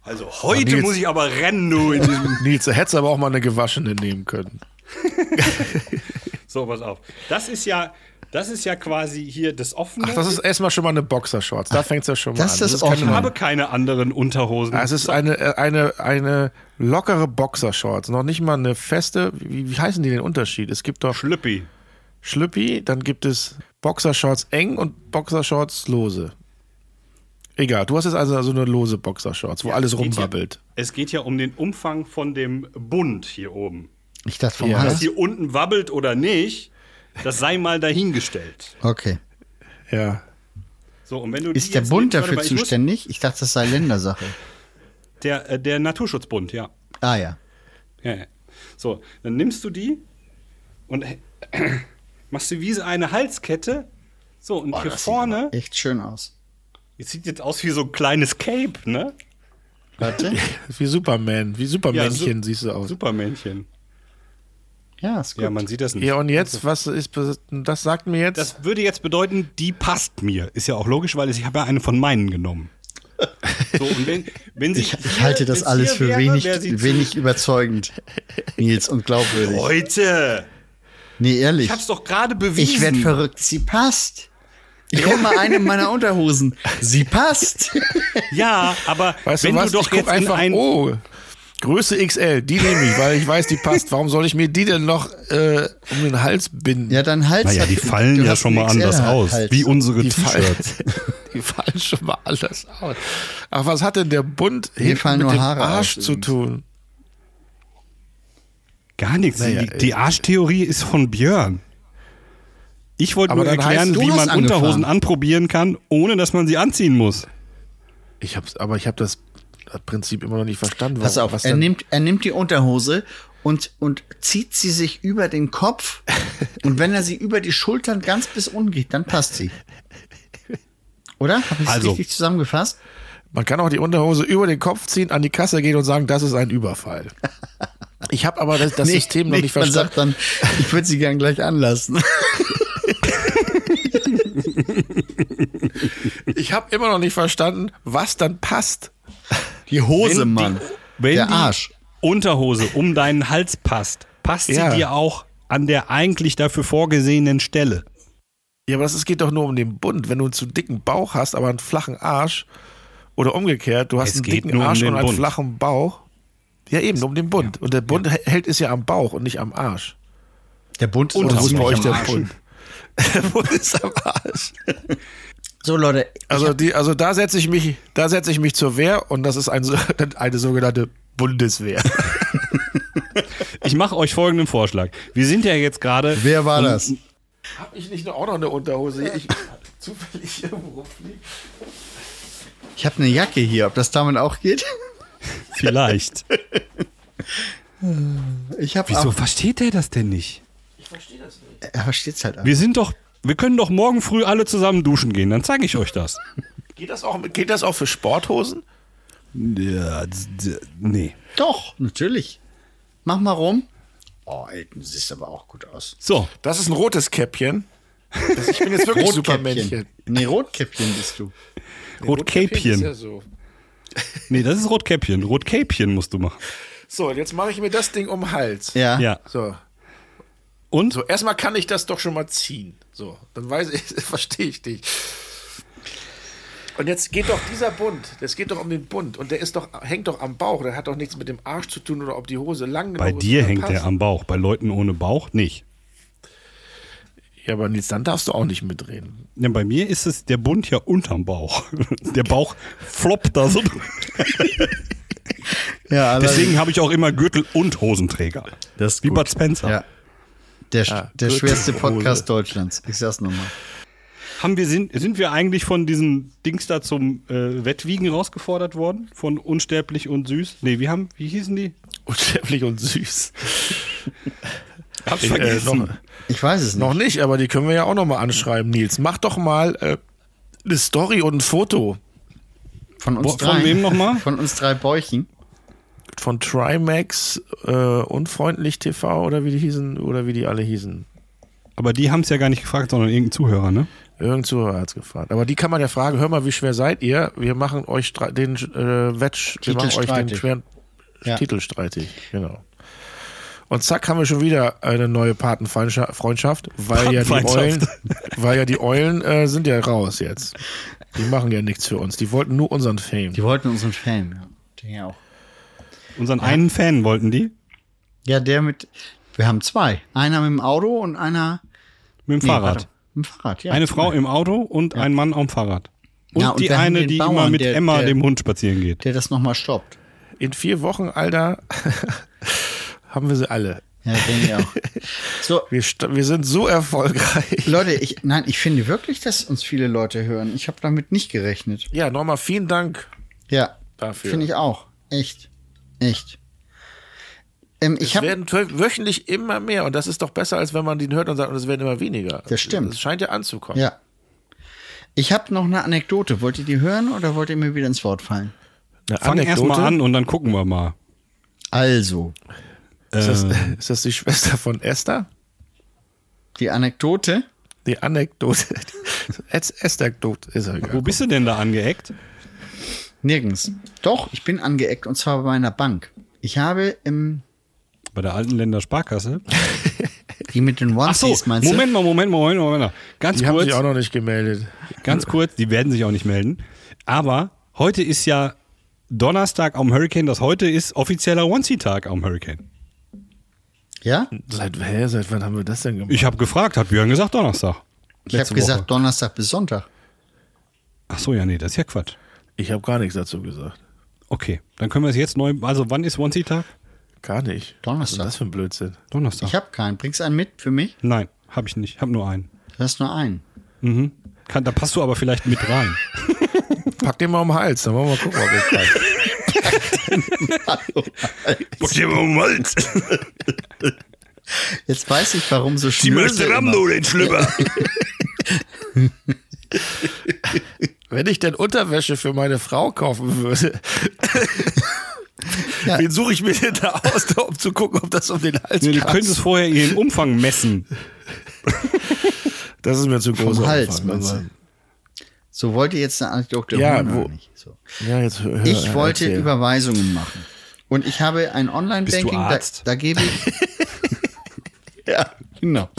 Speaker 3: Also heute
Speaker 2: Nils-
Speaker 3: muss ich aber rennen, du. In diesem
Speaker 2: Nils, da hättest du aber auch mal eine gewaschene nehmen können.
Speaker 3: so, pass auf. Das ist ja, das ist ja quasi hier das offene.
Speaker 2: Ach, das ist erstmal schon mal eine Boxershorts. Da fängt es ja schon mal
Speaker 4: das
Speaker 2: an.
Speaker 4: ist das
Speaker 2: keine-
Speaker 3: ich habe keine anderen Unterhosen.
Speaker 2: Ah, Es ist eine, äh, eine, eine lockere Boxershorts, noch nicht mal eine feste. Wie, wie heißen die den Unterschied? Es gibt doch
Speaker 3: Schlüppi.
Speaker 2: Schlüppi, dann gibt es Boxershorts eng und Boxershorts lose. Egal, du hast jetzt also so eine lose Boxershorts, wo alles rumbabbelt.
Speaker 3: Es geht ja um den Umfang von dem Bund hier oben.
Speaker 4: Ich dachte vom
Speaker 2: Ja.
Speaker 3: Dass
Speaker 4: Hals.
Speaker 3: hier unten wabbelt oder nicht, das sei mal dahingestellt.
Speaker 4: Okay.
Speaker 2: Ja.
Speaker 3: So, und wenn du die
Speaker 4: Ist der
Speaker 3: jetzt nimmst-
Speaker 4: Bund
Speaker 3: warte
Speaker 4: dafür
Speaker 3: mal, ich muss-
Speaker 4: zuständig? Ich dachte, das sei Ländersache.
Speaker 3: Der, äh, der Naturschutzbund, ja.
Speaker 4: Ah ja.
Speaker 3: Ja, ja. So, dann nimmst du die und äh, machst du wie so eine Halskette. So, und hier vorne,
Speaker 4: Echt schön aus.
Speaker 3: es sieht jetzt aus wie so ein kleines Cape, ne?
Speaker 4: Warte.
Speaker 2: Wie Superman, wie Supermännchen
Speaker 3: Ja, su-
Speaker 2: siehst du aus.
Speaker 3: Supermännchen.
Speaker 4: Ja, ist gut.
Speaker 3: Ja, man sieht das nicht.
Speaker 2: Ja, und jetzt, was ist das sagt mir jetzt?
Speaker 3: Das würde jetzt bedeuten, die passt mir. Ist ja auch logisch, weil ich habe ja eine von meinen genommen. So, und wenn, wenn sich
Speaker 4: Ich, ich
Speaker 3: hier-
Speaker 4: halte das
Speaker 3: wenn's
Speaker 4: alles
Speaker 3: hier
Speaker 4: für
Speaker 3: wäre,
Speaker 4: wenig,
Speaker 3: wär sie zu-
Speaker 4: wenig überzeugend, Nils, und glaubwürdig.
Speaker 3: Leute,
Speaker 4: Nee, ehrlich.
Speaker 3: ich hab's doch gerade bewiesen.
Speaker 4: Ich werde verrückt. Sie passt. Ich hol mal eine meiner Unterhosen. Sie passt.
Speaker 3: Ja, aber
Speaker 2: Weißt
Speaker 3: wenn
Speaker 2: du
Speaker 3: du,
Speaker 2: was?
Speaker 3: doch
Speaker 2: ich guck
Speaker 3: jetzt in
Speaker 2: einfach,
Speaker 4: um.
Speaker 3: ein,
Speaker 2: oh, Größe XL, die nehme ich, weil ich weiß, die passt. Warum soll ich mir die denn noch äh, um den Hals binden?
Speaker 4: Ja, dein Hals.
Speaker 5: Naja,
Speaker 4: hat-
Speaker 5: die
Speaker 4: du
Speaker 5: fallen ja
Speaker 4: hast Halt,
Speaker 5: schon mal
Speaker 4: einen
Speaker 5: anders
Speaker 4: XL
Speaker 5: aus,
Speaker 4: Hals.
Speaker 5: wie unsere
Speaker 2: die fallen,
Speaker 5: T-Shirts.
Speaker 2: die fallen schon mal anders aus. Ach, was hat denn der Bund hinten
Speaker 4: fallen
Speaker 2: mit
Speaker 4: nur
Speaker 2: dem
Speaker 4: Haare aus
Speaker 2: Arsch zu
Speaker 4: übrigens.
Speaker 2: tun?
Speaker 5: Gar nichts.
Speaker 2: Naja,
Speaker 5: die, die Arschtheorie ist von Björn.
Speaker 3: ich wollte
Speaker 2: Aber
Speaker 3: nur
Speaker 2: dann
Speaker 3: erklären,
Speaker 2: heißt,
Speaker 4: du
Speaker 3: wie
Speaker 4: hast
Speaker 3: man
Speaker 4: angefangen.
Speaker 3: Unterhosen anprobieren kann, ohne dass man sie anziehen muss.
Speaker 2: Ich hab's, aber ich habe das, das Prinzip immer noch nicht verstanden.
Speaker 4: Pass
Speaker 2: warum-
Speaker 4: auf,
Speaker 2: was
Speaker 4: er
Speaker 2: denn-
Speaker 4: nimmt, er nimmt die Unterhose und, und zieht sie sich über den Kopf. und wenn er sie über die Schultern ganz bis unten geht, dann passt sie. Oder? Habe ich es
Speaker 5: Also.
Speaker 4: richtig zusammengefasst?
Speaker 2: Man kann auch die Unterhose über den Kopf ziehen, an die Kasse gehen und sagen, das ist ein Überfall. Ich habe aber das, das
Speaker 4: Nee,
Speaker 2: System noch
Speaker 4: nee,
Speaker 2: nicht
Speaker 4: man
Speaker 2: verstanden.
Speaker 4: sagt dann, ich würde sie gern gleich anlassen.
Speaker 2: Ich habe immer noch nicht verstanden, was dann passt.
Speaker 4: Die Hose, Mann.
Speaker 3: Wenn
Speaker 4: Der
Speaker 3: die
Speaker 4: Arsch.
Speaker 3: Unterhose um deinen Hals passt, passt
Speaker 2: Ja.
Speaker 3: sie dir auch an der eigentlich dafür vorgesehenen Stelle.
Speaker 2: Ja, aber das ist, geht doch nur um den Bund. Wenn du einen zu dicken Bauch hast, aber einen flachen Arsch oder umgekehrt, du hast
Speaker 3: Es
Speaker 2: einen
Speaker 3: geht
Speaker 2: dicken
Speaker 3: nur um
Speaker 2: Arsch
Speaker 3: den
Speaker 2: und einen
Speaker 3: Bund.
Speaker 2: flachen Bauch. Ja, eben, nur um den Bund. Und der Bund h- hält es ja am Bauch und nicht am Arsch.
Speaker 4: Der Bund ist
Speaker 2: Und
Speaker 4: auch
Speaker 2: wo ist
Speaker 4: nicht
Speaker 2: bei euch
Speaker 4: am
Speaker 2: der
Speaker 4: Arsch.
Speaker 2: Bund? Der Bund ist am Arsch.
Speaker 4: So, Leute,
Speaker 2: Also, die, also da setze ich mich, da setze ich mich zur Wehr und das ist ein, so- eine sogenannte Bundeswehr.
Speaker 3: Ich mache euch folgenden Vorschlag. Wir sind ja jetzt gerade. um
Speaker 4: wer war das?
Speaker 2: Hab ich nicht auch noch eine Unterhose? Ich zufällig irgendwo rumfliege.
Speaker 4: Ich habe eine Jacke hier, ob das damit auch geht?
Speaker 3: Vielleicht.
Speaker 4: Ich habe
Speaker 3: Wieso
Speaker 4: auch.
Speaker 3: versteht der das denn nicht?
Speaker 4: Er versteht's halt auch.
Speaker 3: Wir sind doch. Wir können doch morgen früh alle zusammen duschen gehen. Dann zeige ich euch das.
Speaker 2: Geht das auch, geht das auch für Sporthosen?
Speaker 3: Ja, d- d- nee.
Speaker 4: Doch, natürlich. Mach mal rum. Oh, Elton, du siehst aber auch gut aus.
Speaker 3: So,
Speaker 2: Das ist ein rotes Käppchen. Das, ich bin jetzt wirklich Supermännchen.
Speaker 4: Nee, Rotkäppchen bist du.
Speaker 3: Rotkäppchen.
Speaker 2: so.
Speaker 3: Nee, das ist Rotkäppchen. Rotkäppchen musst du machen.
Speaker 2: So, und jetzt mache ich mir das Ding um den Hals.
Speaker 4: Ja.
Speaker 3: Ja.
Speaker 2: So.
Speaker 3: Und?
Speaker 2: So, erstmal kann ich das doch schon mal ziehen. So, dann weiß ich, verstehe ich dich. Und jetzt geht doch dieser Bund, das geht doch um den Bund und der ist doch, hängt doch am Bauch, der hat doch nichts mit dem Arsch zu tun oder ob die Hose lang genug
Speaker 3: Bei
Speaker 2: ist
Speaker 3: dir
Speaker 2: oder
Speaker 3: hängt
Speaker 2: passt.
Speaker 3: der am Bauch. Bei Leuten ohne Bauch nicht.
Speaker 2: Ja, aber Nils, dann darfst du auch nicht mitreden.
Speaker 3: Ja, bei mir ist es der Bund ja unterm Bauch. Der Bauch floppt da so.
Speaker 4: Ja, allerdings.
Speaker 3: Deswegen habe ich auch immer Gürtel und Hosenträger.
Speaker 4: Das ist
Speaker 3: Wie
Speaker 4: gut.
Speaker 3: Bud Spencer.
Speaker 4: Ja. Der, sch- der
Speaker 2: gut.
Speaker 4: schwerste
Speaker 2: Hose.
Speaker 4: Podcast Deutschlands. Ich sag's nochmal.
Speaker 3: Haben wir, sind, sind wir eigentlich von diesem Dings da zum äh, Wettwiegen rausgefordert worden? Von Unsterblich und Süß? Nee, wir haben, wie hießen die?
Speaker 2: Unsterblich und süß. Äh,
Speaker 3: Hab's
Speaker 2: noch,
Speaker 4: Ich weiß es nicht.
Speaker 2: noch nicht, aber die können wir ja auch noch mal anschreiben, Nils. Mach doch mal äh, eine Story und ein Foto
Speaker 4: Von uns
Speaker 3: Wo-
Speaker 4: drei.
Speaker 3: von wem noch mal?
Speaker 4: Von uns drei Bäuchen.
Speaker 2: von Trimax, äh, Unfreundlich TV oder wie die hießen, oder wie die alle hießen.
Speaker 3: Aber die haben es ja gar nicht gefragt, sondern irgendein Zuhörer, ne?
Speaker 2: Irgend Zuhörer hat's gefragt. Aber die kann man ja fragen, hör mal, wie schwer seid ihr? Wir machen euch stra- den äh, Wetsch, wir
Speaker 4: Titel
Speaker 2: machen euch den
Speaker 4: streitig.
Speaker 2: schweren
Speaker 4: Ja.
Speaker 2: Titel streitig, genau. Und zack haben wir schon wieder eine neue Patenfreundschaft, weil ja die Eulen,
Speaker 3: Patenfeindschaft.
Speaker 2: weil ja die Eulen äh, sind ja raus jetzt. Die machen ja nichts für uns. Die wollten nur unseren Fame.
Speaker 4: Die wollten unseren Fan, ja. Der auch.
Speaker 3: Unseren einen Fan wollten die.
Speaker 4: Ja, der mit. Wir haben zwei. Einer mit dem Auto und einer
Speaker 3: Mit dem
Speaker 4: Nee,
Speaker 3: Fahrrad.
Speaker 4: warte. Mit dem Fahrrad, ja.
Speaker 3: Eine Frau im Auto und ein Mann am Fahrrad. Und
Speaker 4: Ja, und
Speaker 3: die
Speaker 4: wir haben
Speaker 3: eine,
Speaker 4: den
Speaker 3: die immer
Speaker 4: Bauern,
Speaker 3: mit
Speaker 4: der-
Speaker 3: Emma,
Speaker 4: der-
Speaker 3: dem Hund, spazieren geht.
Speaker 4: Der das nochmal stoppt.
Speaker 2: In vier Wochen, Alter, haben wir sie alle.
Speaker 4: Ja, denke ich auch. So,
Speaker 2: Wir, st- wir sind so erfolgreich.
Speaker 4: Leute, ich, nein, ich finde wirklich, dass uns viele Leute hören. Ich habe damit nicht gerechnet.
Speaker 2: Ja, nochmal vielen Dank.
Speaker 4: Ja,
Speaker 2: Dafür.
Speaker 4: finde ich auch. Echt. Echt. Ähm, ich
Speaker 2: Es
Speaker 4: habe
Speaker 2: werden tö- wöchentlich immer mehr und das ist doch besser, als wenn man den hört und sagt, und es werden immer weniger.
Speaker 4: Das stimmt.
Speaker 2: Es scheint ja anzukommen.
Speaker 4: Ja. Ich habe noch eine Anekdote. Wollt ihr die hören oder wollt ihr mir wieder ins Wort fallen?
Speaker 2: Eine
Speaker 3: Fang erst mal an und dann gucken wir mal. Äh,
Speaker 4: Also,
Speaker 2: Ist das, ist das die Schwester von Esther?
Speaker 4: die Anekdote.
Speaker 2: Die Anekdote. Esther-Anekdote ist ja
Speaker 3: Wo
Speaker 2: egal.
Speaker 3: bist du denn da angeeckt?
Speaker 4: Nirgends. Doch, ich bin angeeckt und zwar bei meiner Bank. Ich habe im,
Speaker 3: Bei der alten Länder Sparkasse.
Speaker 4: die mit den
Speaker 3: Ach so,
Speaker 4: Onesies, meinst du?
Speaker 3: Moment mal, Moment mal, Moment mal. Moment mal. Ganz
Speaker 2: Die haben
Speaker 3: kurz,
Speaker 2: sich auch noch nicht gemeldet.
Speaker 3: ganz kurz, die werden sich auch nicht melden. Aber heute ist ja Donnerstag am Hurricane, das heute ist offizieller Onesie-Tag am Hurricane.
Speaker 4: Ja?
Speaker 2: Seit, hä, seit wann haben wir das denn gemacht?
Speaker 3: Ich habe gefragt, hat Björn gesagt Donnerstag.
Speaker 4: Ich habe
Speaker 3: Letzte
Speaker 4: gesagt
Speaker 3: Woche.
Speaker 4: Donnerstag bis Sonntag.
Speaker 3: Ach so, ja, nee, das ist ja Quatsch.
Speaker 2: Ich habe gar nichts dazu gesagt.
Speaker 3: Okay, dann können wir es jetzt neu. Also, wann ist Onesie-Tag?
Speaker 2: Gar nicht. Was ist
Speaker 4: Donnerstag.
Speaker 2: denn das für ein Blödsinn?
Speaker 3: Donnerstag.
Speaker 4: Ich habe keinen. Bringst einen mit für mich?
Speaker 3: Nein, habe ich nicht. Habe nur einen.
Speaker 4: Du hast nur einen.
Speaker 3: Kann, da passt du aber vielleicht mit rein.
Speaker 2: Pack den mal um den Hals, dann wollen wir mal gucken, ob das passt. um
Speaker 4: Jetzt weiß ich, warum so Schnösel immer.
Speaker 5: den Schlüpper.
Speaker 2: Wenn ich denn Unterwäsche für meine Frau kaufen würde,
Speaker 4: Ja.
Speaker 2: wen suche ich mir denn da aus, da, um zu gucken, ob das um den Hals
Speaker 3: Nee, du
Speaker 2: passt?
Speaker 3: könntest vorher ihren Umfang messen.
Speaker 2: Das ist mir zu groß.
Speaker 4: Vom Hals,
Speaker 2: Umfang,
Speaker 4: meinst
Speaker 2: aber-
Speaker 4: du? So, wollt ihr jetzt eine Anekdote
Speaker 2: Ja,
Speaker 4: hören
Speaker 2: wo-
Speaker 4: oder nicht? So.
Speaker 2: Ja, jetzt hör,
Speaker 4: Ich
Speaker 2: hör,
Speaker 4: wollte
Speaker 2: erzähl.
Speaker 4: Überweisungen machen. Und ich habe ein Online-Banking,
Speaker 3: Bist du
Speaker 4: da,
Speaker 3: Arzt?
Speaker 4: da gebe ich. ja, genau.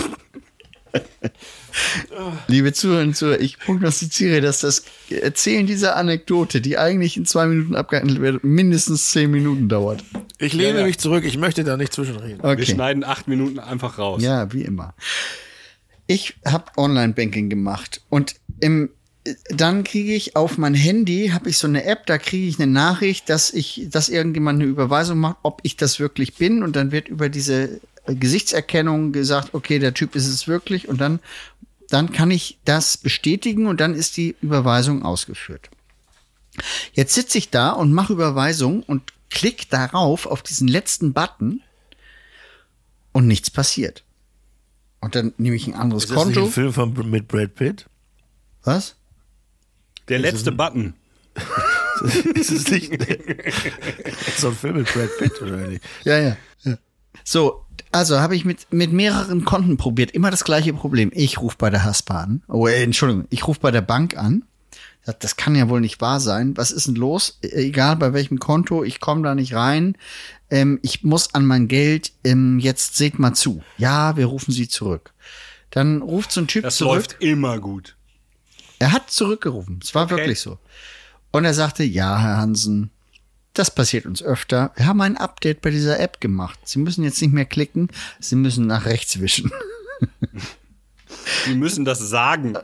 Speaker 4: Liebe Zuhörer und Zuhörer, ich prognostiziere, dass das Erzählen dieser Anekdote, die eigentlich in zwei Minuten abgehandelt wird, mindestens zehn Minuten dauert.
Speaker 2: Ich lehne
Speaker 3: Ja, ja.
Speaker 2: mich zurück, ich möchte da nicht zwischenreden.
Speaker 3: Wir
Speaker 4: Okay.
Speaker 3: schneiden acht Minuten einfach raus.
Speaker 4: Ja, wie immer. Ich habe Online-Banking gemacht und im, dann kriege ich auf mein Handy, habe ich so eine App, da kriege ich eine Nachricht, dass ich, dass irgendjemand eine Überweisung macht, ob ich das wirklich bin und dann wird über diese äh, Gesichtserkennung gesagt, okay, der Typ ist es wirklich und dann, dann kann ich das bestätigen und dann ist die Überweisung ausgeführt. Jetzt sitze ich da und mache Überweisung und klick darauf auf diesen letzten Button und nichts passiert. Und dann nehme ich ein anderes
Speaker 2: das nicht
Speaker 4: Konto.
Speaker 2: ein Film von, mit Brad Pitt?
Speaker 4: Was?
Speaker 3: Der letzte Button.
Speaker 2: Ist es nicht so ein Film mit Brad Pitt oder nicht?
Speaker 4: Ja, ja. So, also habe ich mit, mit mehreren Konten probiert. Immer das gleiche Problem. Ich rufe bei der Haspa an. Oh, äh, Entschuldigung, ich rufe bei der Bank an. Sag, Das kann ja wohl nicht wahr sein. Was ist denn los? E- Egal bei welchem Konto, ich komme da nicht rein. Ähm, ich muss an mein Geld. Ähm, jetzt seht mal zu. Ja, wir rufen sie zurück. Dann ruft so ein Typ
Speaker 3: Das
Speaker 4: zurück.
Speaker 3: läuft immer gut.
Speaker 4: Er hat zurückgerufen. Es war wirklich so. Und er sagte, ja, Herr Hansen, das passiert uns öfter. Wir haben ein Update bei dieser App gemacht. Sie müssen jetzt nicht mehr klicken, Sie müssen nach rechts wischen.
Speaker 3: Die müssen das sagen.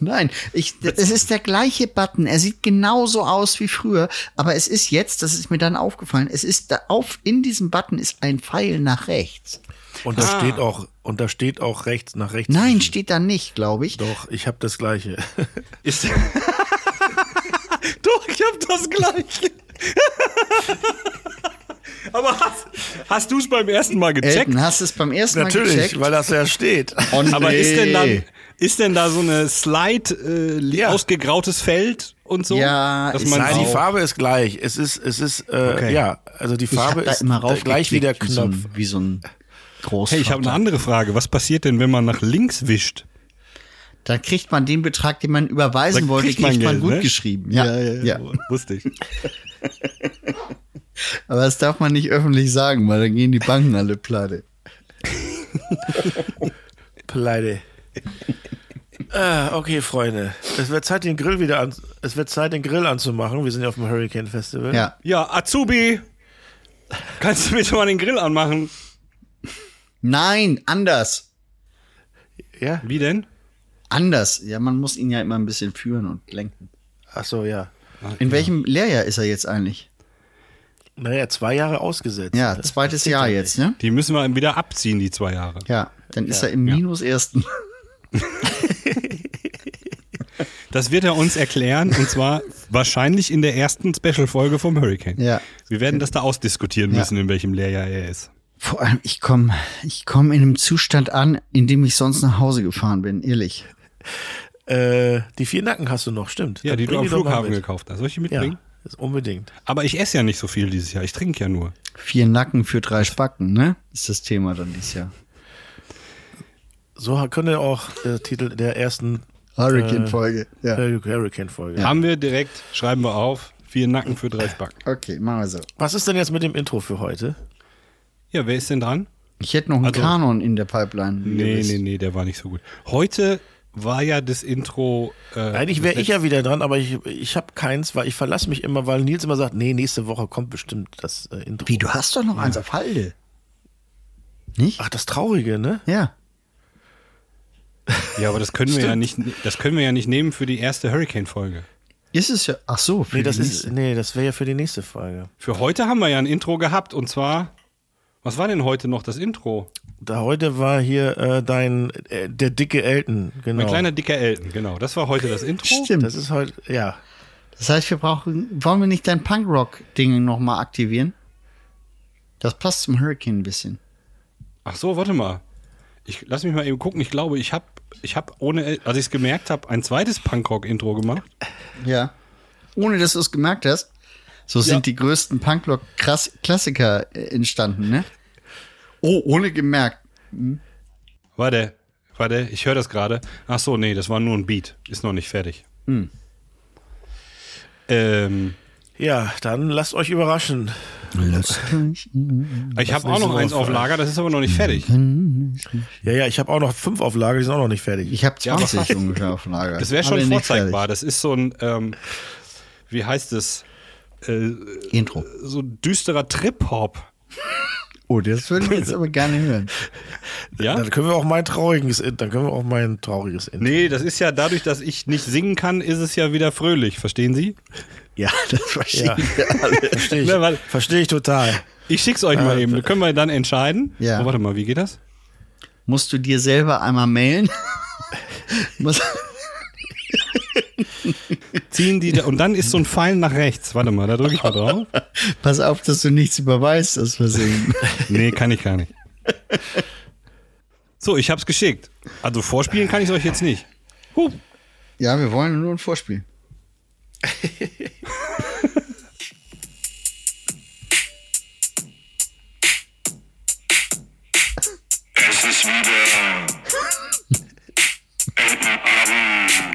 Speaker 4: Nein, ich, es ist der gleiche Button. Er sieht genauso aus wie früher. Aber es ist jetzt, das ist mir dann aufgefallen, es ist da auf, in diesem Button ist ein Pfeil nach rechts.
Speaker 2: Und da steht auch, und da steht auch rechts nach rechts.
Speaker 4: Nein,
Speaker 2: liegen.
Speaker 4: steht da nicht, glaube ich.
Speaker 2: Hm. Doch, ich habe das gleiche.
Speaker 3: Ist Doch, ich hab das gleiche. aber hast, hast du es beim ersten Mal gecheckt?
Speaker 4: Elton, hast du es beim ersten Mal
Speaker 2: Natürlich,
Speaker 4: gecheckt?
Speaker 2: weil das ja steht.
Speaker 4: Oh,
Speaker 3: aber ist denn
Speaker 4: nee.
Speaker 3: dann ist denn da so eine Slide äh, li- ausgegrautes Feld und so?
Speaker 4: Ja,
Speaker 3: dass
Speaker 4: ist halt
Speaker 3: man
Speaker 2: Nein, die
Speaker 3: auch-
Speaker 2: Farbe ist gleich. Es ist, es ist, äh, ja, also die
Speaker 4: Ich hab
Speaker 2: Farbe
Speaker 4: da
Speaker 2: ist
Speaker 4: immer
Speaker 2: da- gleich wie der
Speaker 4: raufgeklickt, so ein-
Speaker 2: Knopf.
Speaker 4: Wie so ein, großes.
Speaker 3: Hey, ich habe eine andere Frage. Was passiert denn, wenn man nach links wischt?
Speaker 4: Dann kriegt man den Betrag, den man überweisen
Speaker 3: Dann
Speaker 4: wollte,
Speaker 3: kriegt
Speaker 4: kriegt
Speaker 3: man
Speaker 4: man,
Speaker 3: Geld,
Speaker 4: gut
Speaker 3: ne?
Speaker 4: geschrieben. Ja, ja,
Speaker 3: Wusste ich.
Speaker 4: Aber das darf man nicht öffentlich sagen, weil dann gehen die Banken alle pleite.
Speaker 6: Pleite. Ah, okay, Freunde. Es wird Zeit, den Grill wieder an. Es wird Zeit, den Grill anzumachen. Wir sind ja auf dem Hurricane Festival.
Speaker 4: Ja.
Speaker 3: Ja, Azubi. Kannst du bitte mal den Grill anmachen?
Speaker 4: Nein, anders.
Speaker 6: Ja?
Speaker 3: Wie denn?
Speaker 4: Anders. Ja, man muss ihn ja immer ein bisschen führen und lenken.
Speaker 6: Ach so, ja.
Speaker 4: In welchem Lehrjahr ist er jetzt eigentlich?
Speaker 6: Naja, zwei Jahre ausgesetzt.
Speaker 4: Ja, zweites Jahr jetzt, ne?
Speaker 3: Die müssen wir wieder abziehen, die zwei Jahre.
Speaker 4: Ja, dann ist er im Minus ersten.
Speaker 3: Das wird er uns erklären und zwar wahrscheinlich in der ersten Special-Folge vom Hurricane.
Speaker 4: Ja.
Speaker 3: Wir werden das da ausdiskutieren müssen, in welchem Lehrjahr er ist.
Speaker 4: Vor allem, ich komme ich komm in einem Zustand an, in dem ich sonst nach Hause gefahren bin, ehrlich.
Speaker 6: Äh, die vier Nacken hast du noch, stimmt.
Speaker 3: Ja,
Speaker 6: Dann
Speaker 3: die du
Speaker 6: bring
Speaker 3: am
Speaker 6: doch mal
Speaker 3: Flughafen
Speaker 6: mit.
Speaker 3: gekauft hast. Soll ich die
Speaker 6: Ja,
Speaker 3: mitbringen?
Speaker 6: ist unbedingt.
Speaker 3: Aber ich esse ja nicht so viel dieses Jahr. Ich trinke ja nur.
Speaker 4: Vier Nacken für drei Spacken, ne? Ist das Thema dann dieses Jahr.
Speaker 6: So ha- könnte auch der Titel der ersten
Speaker 4: Hurricane-Folge. ja.
Speaker 6: Hurricane-Folge.
Speaker 3: Haben wir direkt, schreiben wir auf, vier Nacken für drei Spacken.
Speaker 4: Okay, machen wir so.
Speaker 6: Was ist denn jetzt mit dem Intro für heute?
Speaker 3: Ja, wer ist denn dran?
Speaker 4: Ich hätte noch einen
Speaker 3: Also-
Speaker 4: Kanon in der Pipeline. wie ihr
Speaker 3: Nee,
Speaker 4: wisst.
Speaker 3: nee, nee, der war nicht so gut. Heute war ja das Intro. Äh,
Speaker 6: Eigentlich wäre ich ja wieder dran, aber ich, ich habe keins, weil ich verlasse mich immer, weil Nils immer sagt, nee, nächste Woche kommt bestimmt das äh, Intro.
Speaker 4: Wie, du hast doch noch eins auf Halde. Nicht?
Speaker 6: Ach, das Traurige, ne?
Speaker 4: Ja.
Speaker 3: Ja, aber das können wir ja nicht, das können wir ja nicht nehmen für die erste Hurricane-Folge.
Speaker 4: Ist es ja. Ach so, für
Speaker 6: Nee, das
Speaker 4: die
Speaker 6: ist, nee, das wäre ja für die nächste Frage.
Speaker 3: Für heute haben wir ja ein Intro gehabt und zwar, was war denn heute noch das Intro?
Speaker 6: Da heute war hier äh, dein, äh, der dicke Elton, genau.
Speaker 3: Mein kleiner dicker Elton, genau. Das war heute das Intro.
Speaker 4: nächste. Stimmt.
Speaker 6: Das ist heute, ja.
Speaker 4: Das heißt, wir brauchen. Wollen wir nicht dein Punkrock-Ding nochmal aktivieren? Das passt zum Hurricane ein bisschen.
Speaker 3: Ach so, warte mal. Ich lass mich mal eben gucken. Ich glaube, ich habe, ich habe ohne, El- als ich es gemerkt habe, ein zweites Punkrock-Intro gemacht.
Speaker 4: Ja. Ohne dass du es gemerkt hast. So sind die größten Punkrock-Klassiker äh, entstanden, ne? Oh, ohne gemerkt.
Speaker 3: Warte, warte, ich höre das gerade. Ach so, nee, das war nur ein Beat. Ist noch nicht fertig. Ähm,
Speaker 6: Ja, dann lasst euch überraschen.
Speaker 3: ich habe auch noch eins auf Lager, das ist aber noch nicht fertig.
Speaker 6: Ja, ja, ich habe auch noch fünf auf Lager, die sind auch noch nicht fertig.
Speaker 4: Ich habe
Speaker 3: aber-
Speaker 4: 20 ungefähr auf Lager.
Speaker 3: Das wäre schon
Speaker 4: Alle nicht
Speaker 3: vorzeigbar. Das ist so ein, ähm, wie heißt es? Äh,
Speaker 4: fertig. Intro.
Speaker 3: so ein düsterer Trip-Hop.
Speaker 4: Oh, das würde ich jetzt aber gerne hören.
Speaker 3: Ja?
Speaker 6: Dann können wir auch mein trauriges, In- dann können wir auch mein trauriges Intro.
Speaker 3: Nee, das ist ja dadurch, dass ich nicht singen kann, ist es ja wieder fröhlich. Verstehen Sie?
Speaker 4: Ja, das verstehe
Speaker 6: Ja. Verstehe ich,
Speaker 3: Na, weil-
Speaker 6: versteh ich total.
Speaker 3: Ich schick's euch mal eben. Können wir dann entscheiden?
Speaker 4: Ah, Ja.
Speaker 3: Oh, warte mal, wie geht das?
Speaker 4: Musst du dir selber einmal mailen? Muss-
Speaker 3: Ziehen die da, und dann ist so ein Pfeil nach rechts. Warte mal, da drücke ich mal drauf.
Speaker 4: Pass auf, dass du nichts überweist aus Versehen.
Speaker 3: Nee, kann ich gar nicht. So, ich hab's geschickt. Also vorspielen kann ich euch jetzt nicht. Huh.
Speaker 4: ja, wir wollen nur ein Vorspiel.
Speaker 7: Es ist wieder Elternabend.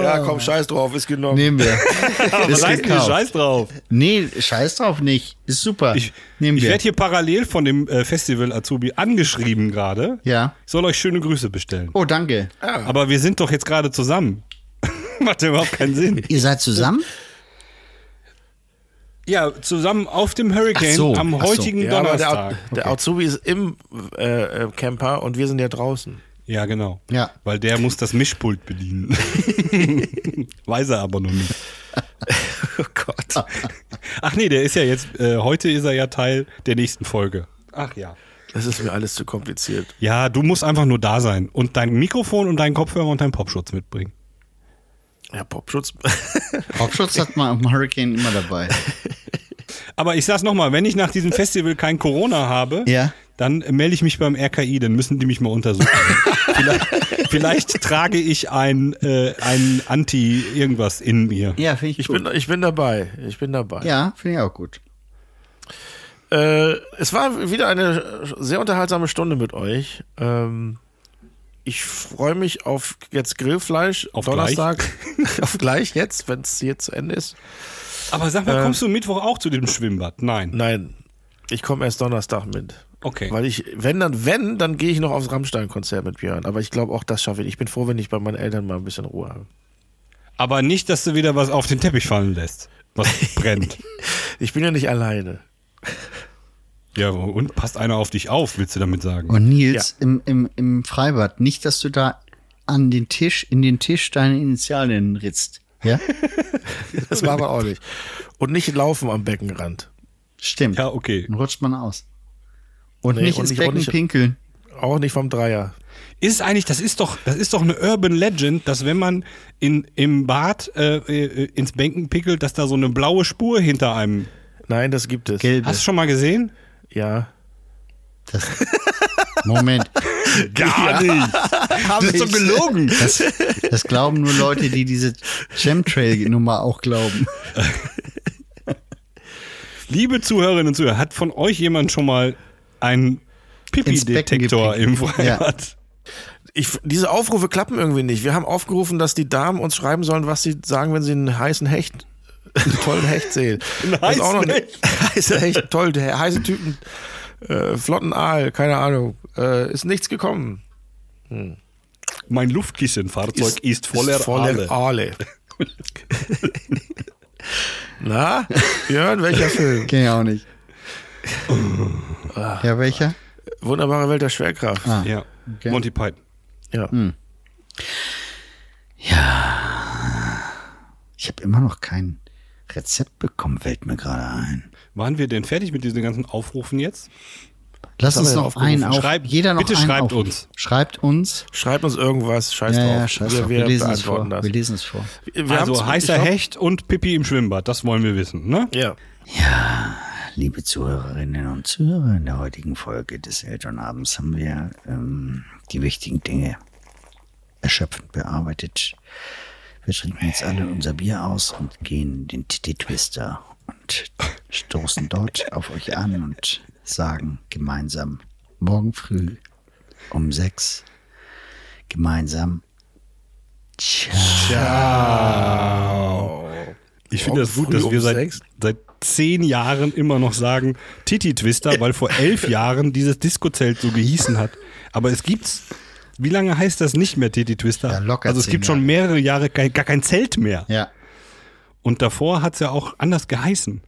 Speaker 6: Ja, komm, scheiß drauf, ist genommen.
Speaker 4: Nehmen wir. Ist
Speaker 3: Scheiß,
Speaker 4: gekauft.
Speaker 3: Scheiß drauf.
Speaker 4: Nee, scheiß drauf nicht. Ist super.
Speaker 3: Ich,
Speaker 4: Nehmen
Speaker 3: ich
Speaker 4: wir.
Speaker 3: werde hier parallel von dem äh, Festival Azubi angeschrieben gerade.
Speaker 4: ja.
Speaker 3: Ich soll euch schöne Grüße bestellen.
Speaker 4: Oh, danke.
Speaker 3: Aber wir sind doch jetzt gerade zusammen. Macht ja überhaupt keinen Sinn.
Speaker 4: Ihr seid zusammen?
Speaker 3: Ja, zusammen auf dem Hurricane
Speaker 4: Ach so,
Speaker 3: am
Speaker 4: ach so.
Speaker 3: heutigen
Speaker 6: Ja, aber der,
Speaker 3: Donnerstag.
Speaker 6: Au- der Azubi ist im äh, äh, Camper und wir sind ja draußen.
Speaker 3: ja, genau.
Speaker 4: Ja.
Speaker 3: Weil der muss das Mischpult bedienen. Weiß er aber noch nicht.
Speaker 6: Oh Gott.
Speaker 3: Ach nee, der ist ja jetzt, äh, heute ist er ja Teil der nächsten Folge. Ach ja.
Speaker 6: Das ist mir alles zu kompliziert.
Speaker 3: Ja, du musst einfach nur da sein und dein Mikrofon und deinen Kopfhörer und deinen Popschutz mitbringen.
Speaker 6: Ja, Popschutz.
Speaker 4: Popschutz hat man am Hurricane immer dabei.
Speaker 3: Aber ich sag's nochmal, wenn ich nach diesem Festival kein Corona habe,
Speaker 4: Ja.
Speaker 3: dann melde ich mich beim RKI, dann müssen die mich mal untersuchen. vielleicht, vielleicht trage ich ein, äh, ein Anti-Irgendwas in mir.
Speaker 4: Ja, finde ich,
Speaker 6: Ich
Speaker 4: gut.
Speaker 6: bin, ich bin dabei. Ich bin dabei.
Speaker 4: ja, finde ich auch gut.
Speaker 6: Äh, es war wieder eine sehr unterhaltsame Stunde mit euch. Ähm, ich freue mich auf jetzt Grillfleisch
Speaker 3: Auf
Speaker 6: Donnerstag. auf gleich jetzt, wenn es hier zu Ende ist.
Speaker 3: Aber sag mal, kommst du Mittwoch auch zu dem Schwimmbad? Nein.
Speaker 6: Nein, ich komme erst Donnerstag mit.
Speaker 3: Okay.
Speaker 6: Weil ich, wenn dann, wenn, dann gehe ich noch aufs Rammstein-Konzert mit Björn. Aber ich glaube auch, das schaffe ich. Ich bin froh, wenn ich bei meinen Eltern mal ein bisschen Ruhe habe.
Speaker 3: Aber nicht, dass du wieder was auf den Teppich fallen lässt, was brennt.
Speaker 6: Ich bin ja nicht alleine.
Speaker 3: Ja, und passt einer auf dich auf, willst du damit sagen?
Speaker 4: Und Nils im, im, im Freibad, nicht, dass du da an den Tisch, in den Tisch deine Initialen ritzt. Ja?
Speaker 6: Das war aber auch nicht. Und nicht laufen am Beckenrand.
Speaker 4: Stimmt.
Speaker 3: Ja, okay.
Speaker 4: Dann rutscht man aus. Und
Speaker 6: Nee,
Speaker 4: nicht
Speaker 6: und
Speaker 4: ins
Speaker 6: nicht- und
Speaker 4: Becken
Speaker 6: nicht-
Speaker 4: pinkeln.
Speaker 6: Auch nicht vom Dreier.
Speaker 3: Ist eigentlich, das ist doch, das ist doch eine Urban Legend, dass wenn man in, im Bad äh, äh, ins Bänken pickelt, dass da so eine blaue Spur hinter einem.
Speaker 6: Nein, das gibt es.
Speaker 4: Gelbe.
Speaker 3: Hast du schon mal gesehen?
Speaker 6: Ja.
Speaker 4: Das, Moment.
Speaker 3: Gar nicht. Das ist doch gelogen.
Speaker 4: Das, das glauben nur Leute, die diese Chemtrail-Nummer auch glauben.
Speaker 3: Liebe Zuhörerinnen und Zuhörer, hat von euch jemand schon mal einen
Speaker 4: Ins Becken
Speaker 3: Pipi-Detektor im
Speaker 4: gepinkelt.
Speaker 3: Freibad?
Speaker 6: Ich, diese Aufrufe klappen irgendwie nicht. Wir haben aufgerufen, dass die Damen uns schreiben sollen, was sie sagen, wenn sie einen heißen Hecht, einen tollen Hecht sehen.
Speaker 3: Einen
Speaker 6: Das ist auch noch
Speaker 3: heißen
Speaker 6: nicht- Heißen Hecht, toll, der heiße Typen, äh, flotten Aal, keine Ahnung. Äh, ist nichts gekommen.
Speaker 3: Mein Luftkissenfahrzeug ist, voller, Aale.
Speaker 6: Aale. Na, Björn, welcher Film?
Speaker 4: Kenn ich auch nicht.
Speaker 6: Ah.
Speaker 4: ja, welcher?
Speaker 6: Wunderbare Welt der Schwerkraft.
Speaker 4: Ah.
Speaker 3: Ja,
Speaker 4: Okay.
Speaker 3: Monty Python.
Speaker 6: Ja.
Speaker 3: Hm.
Speaker 4: Ich habe immer noch kein Rezept bekommen, fällt mir gerade ein.
Speaker 3: Waren wir denn fertig mit diesen ganzen Aufrufen jetzt?
Speaker 4: Lass
Speaker 6: haben
Speaker 4: uns
Speaker 6: wir denn
Speaker 4: noch
Speaker 6: aufgerufen?
Speaker 4: einen auf.
Speaker 3: Schreibt-
Speaker 4: jeder noch
Speaker 3: bitte
Speaker 4: einen
Speaker 3: schreibt
Speaker 4: auf.
Speaker 3: uns.
Speaker 4: Schreibt uns.
Speaker 6: Schreib uns irgendwas, scheiß
Speaker 4: Ja,
Speaker 6: drauf.
Speaker 4: ja, scheiß
Speaker 6: wir,
Speaker 4: drauf.
Speaker 6: wir,
Speaker 4: Wir lesen es vor.
Speaker 6: beantworten das.
Speaker 4: Wir lesen es vor.
Speaker 6: Wir
Speaker 3: also
Speaker 6: haben's-
Speaker 3: heißer
Speaker 6: ich glaub-
Speaker 3: Hecht und Pipi im Schwimmbad, das wollen wir wissen, ne?
Speaker 6: Ja.
Speaker 4: Liebe Zuhörerinnen und Zuhörer, in der heutigen Folge des Elternabends haben wir ähm, die wichtigen Dinge erschöpfend bearbeitet. Wir trinken jetzt alle unser Bier aus und gehen den Titty-Twister und stoßen dort auf euch an und sagen gemeinsam morgen früh um sechs gemeinsam Ciao.
Speaker 3: Ich finde das
Speaker 6: Morgen
Speaker 3: gut,
Speaker 6: früh
Speaker 3: dass wir
Speaker 6: um
Speaker 3: seit,
Speaker 6: sechs?
Speaker 3: seit zehn Jahren immer noch sagen Titi Twister, weil vor elf Jahren dieses Disco-Zelt so gehießen hat. Aber es gibt's. Wie lange heißt das nicht mehr Titi Twister?
Speaker 4: Ja, locker
Speaker 3: also es
Speaker 4: zehn
Speaker 3: gibt schon
Speaker 4: Jahre.
Speaker 3: mehrere Jahre kein, gar kein Zelt mehr.
Speaker 4: Ja,
Speaker 3: Und davor hat's ja auch anders geheißen.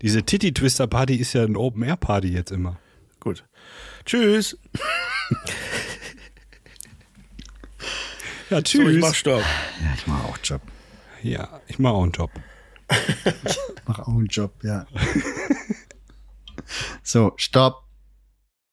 Speaker 3: Diese Titi Twister Party ist ja eine Open Air Party jetzt immer.
Speaker 6: Gut. Tschüss.
Speaker 3: Ja,
Speaker 6: So,
Speaker 3: tschüss.
Speaker 6: ich mach Stopp.
Speaker 4: ja ich mache auch Job.
Speaker 3: ja, ich mache auch einen Job.
Speaker 4: Mach auch einen Job, ja. so, stopp.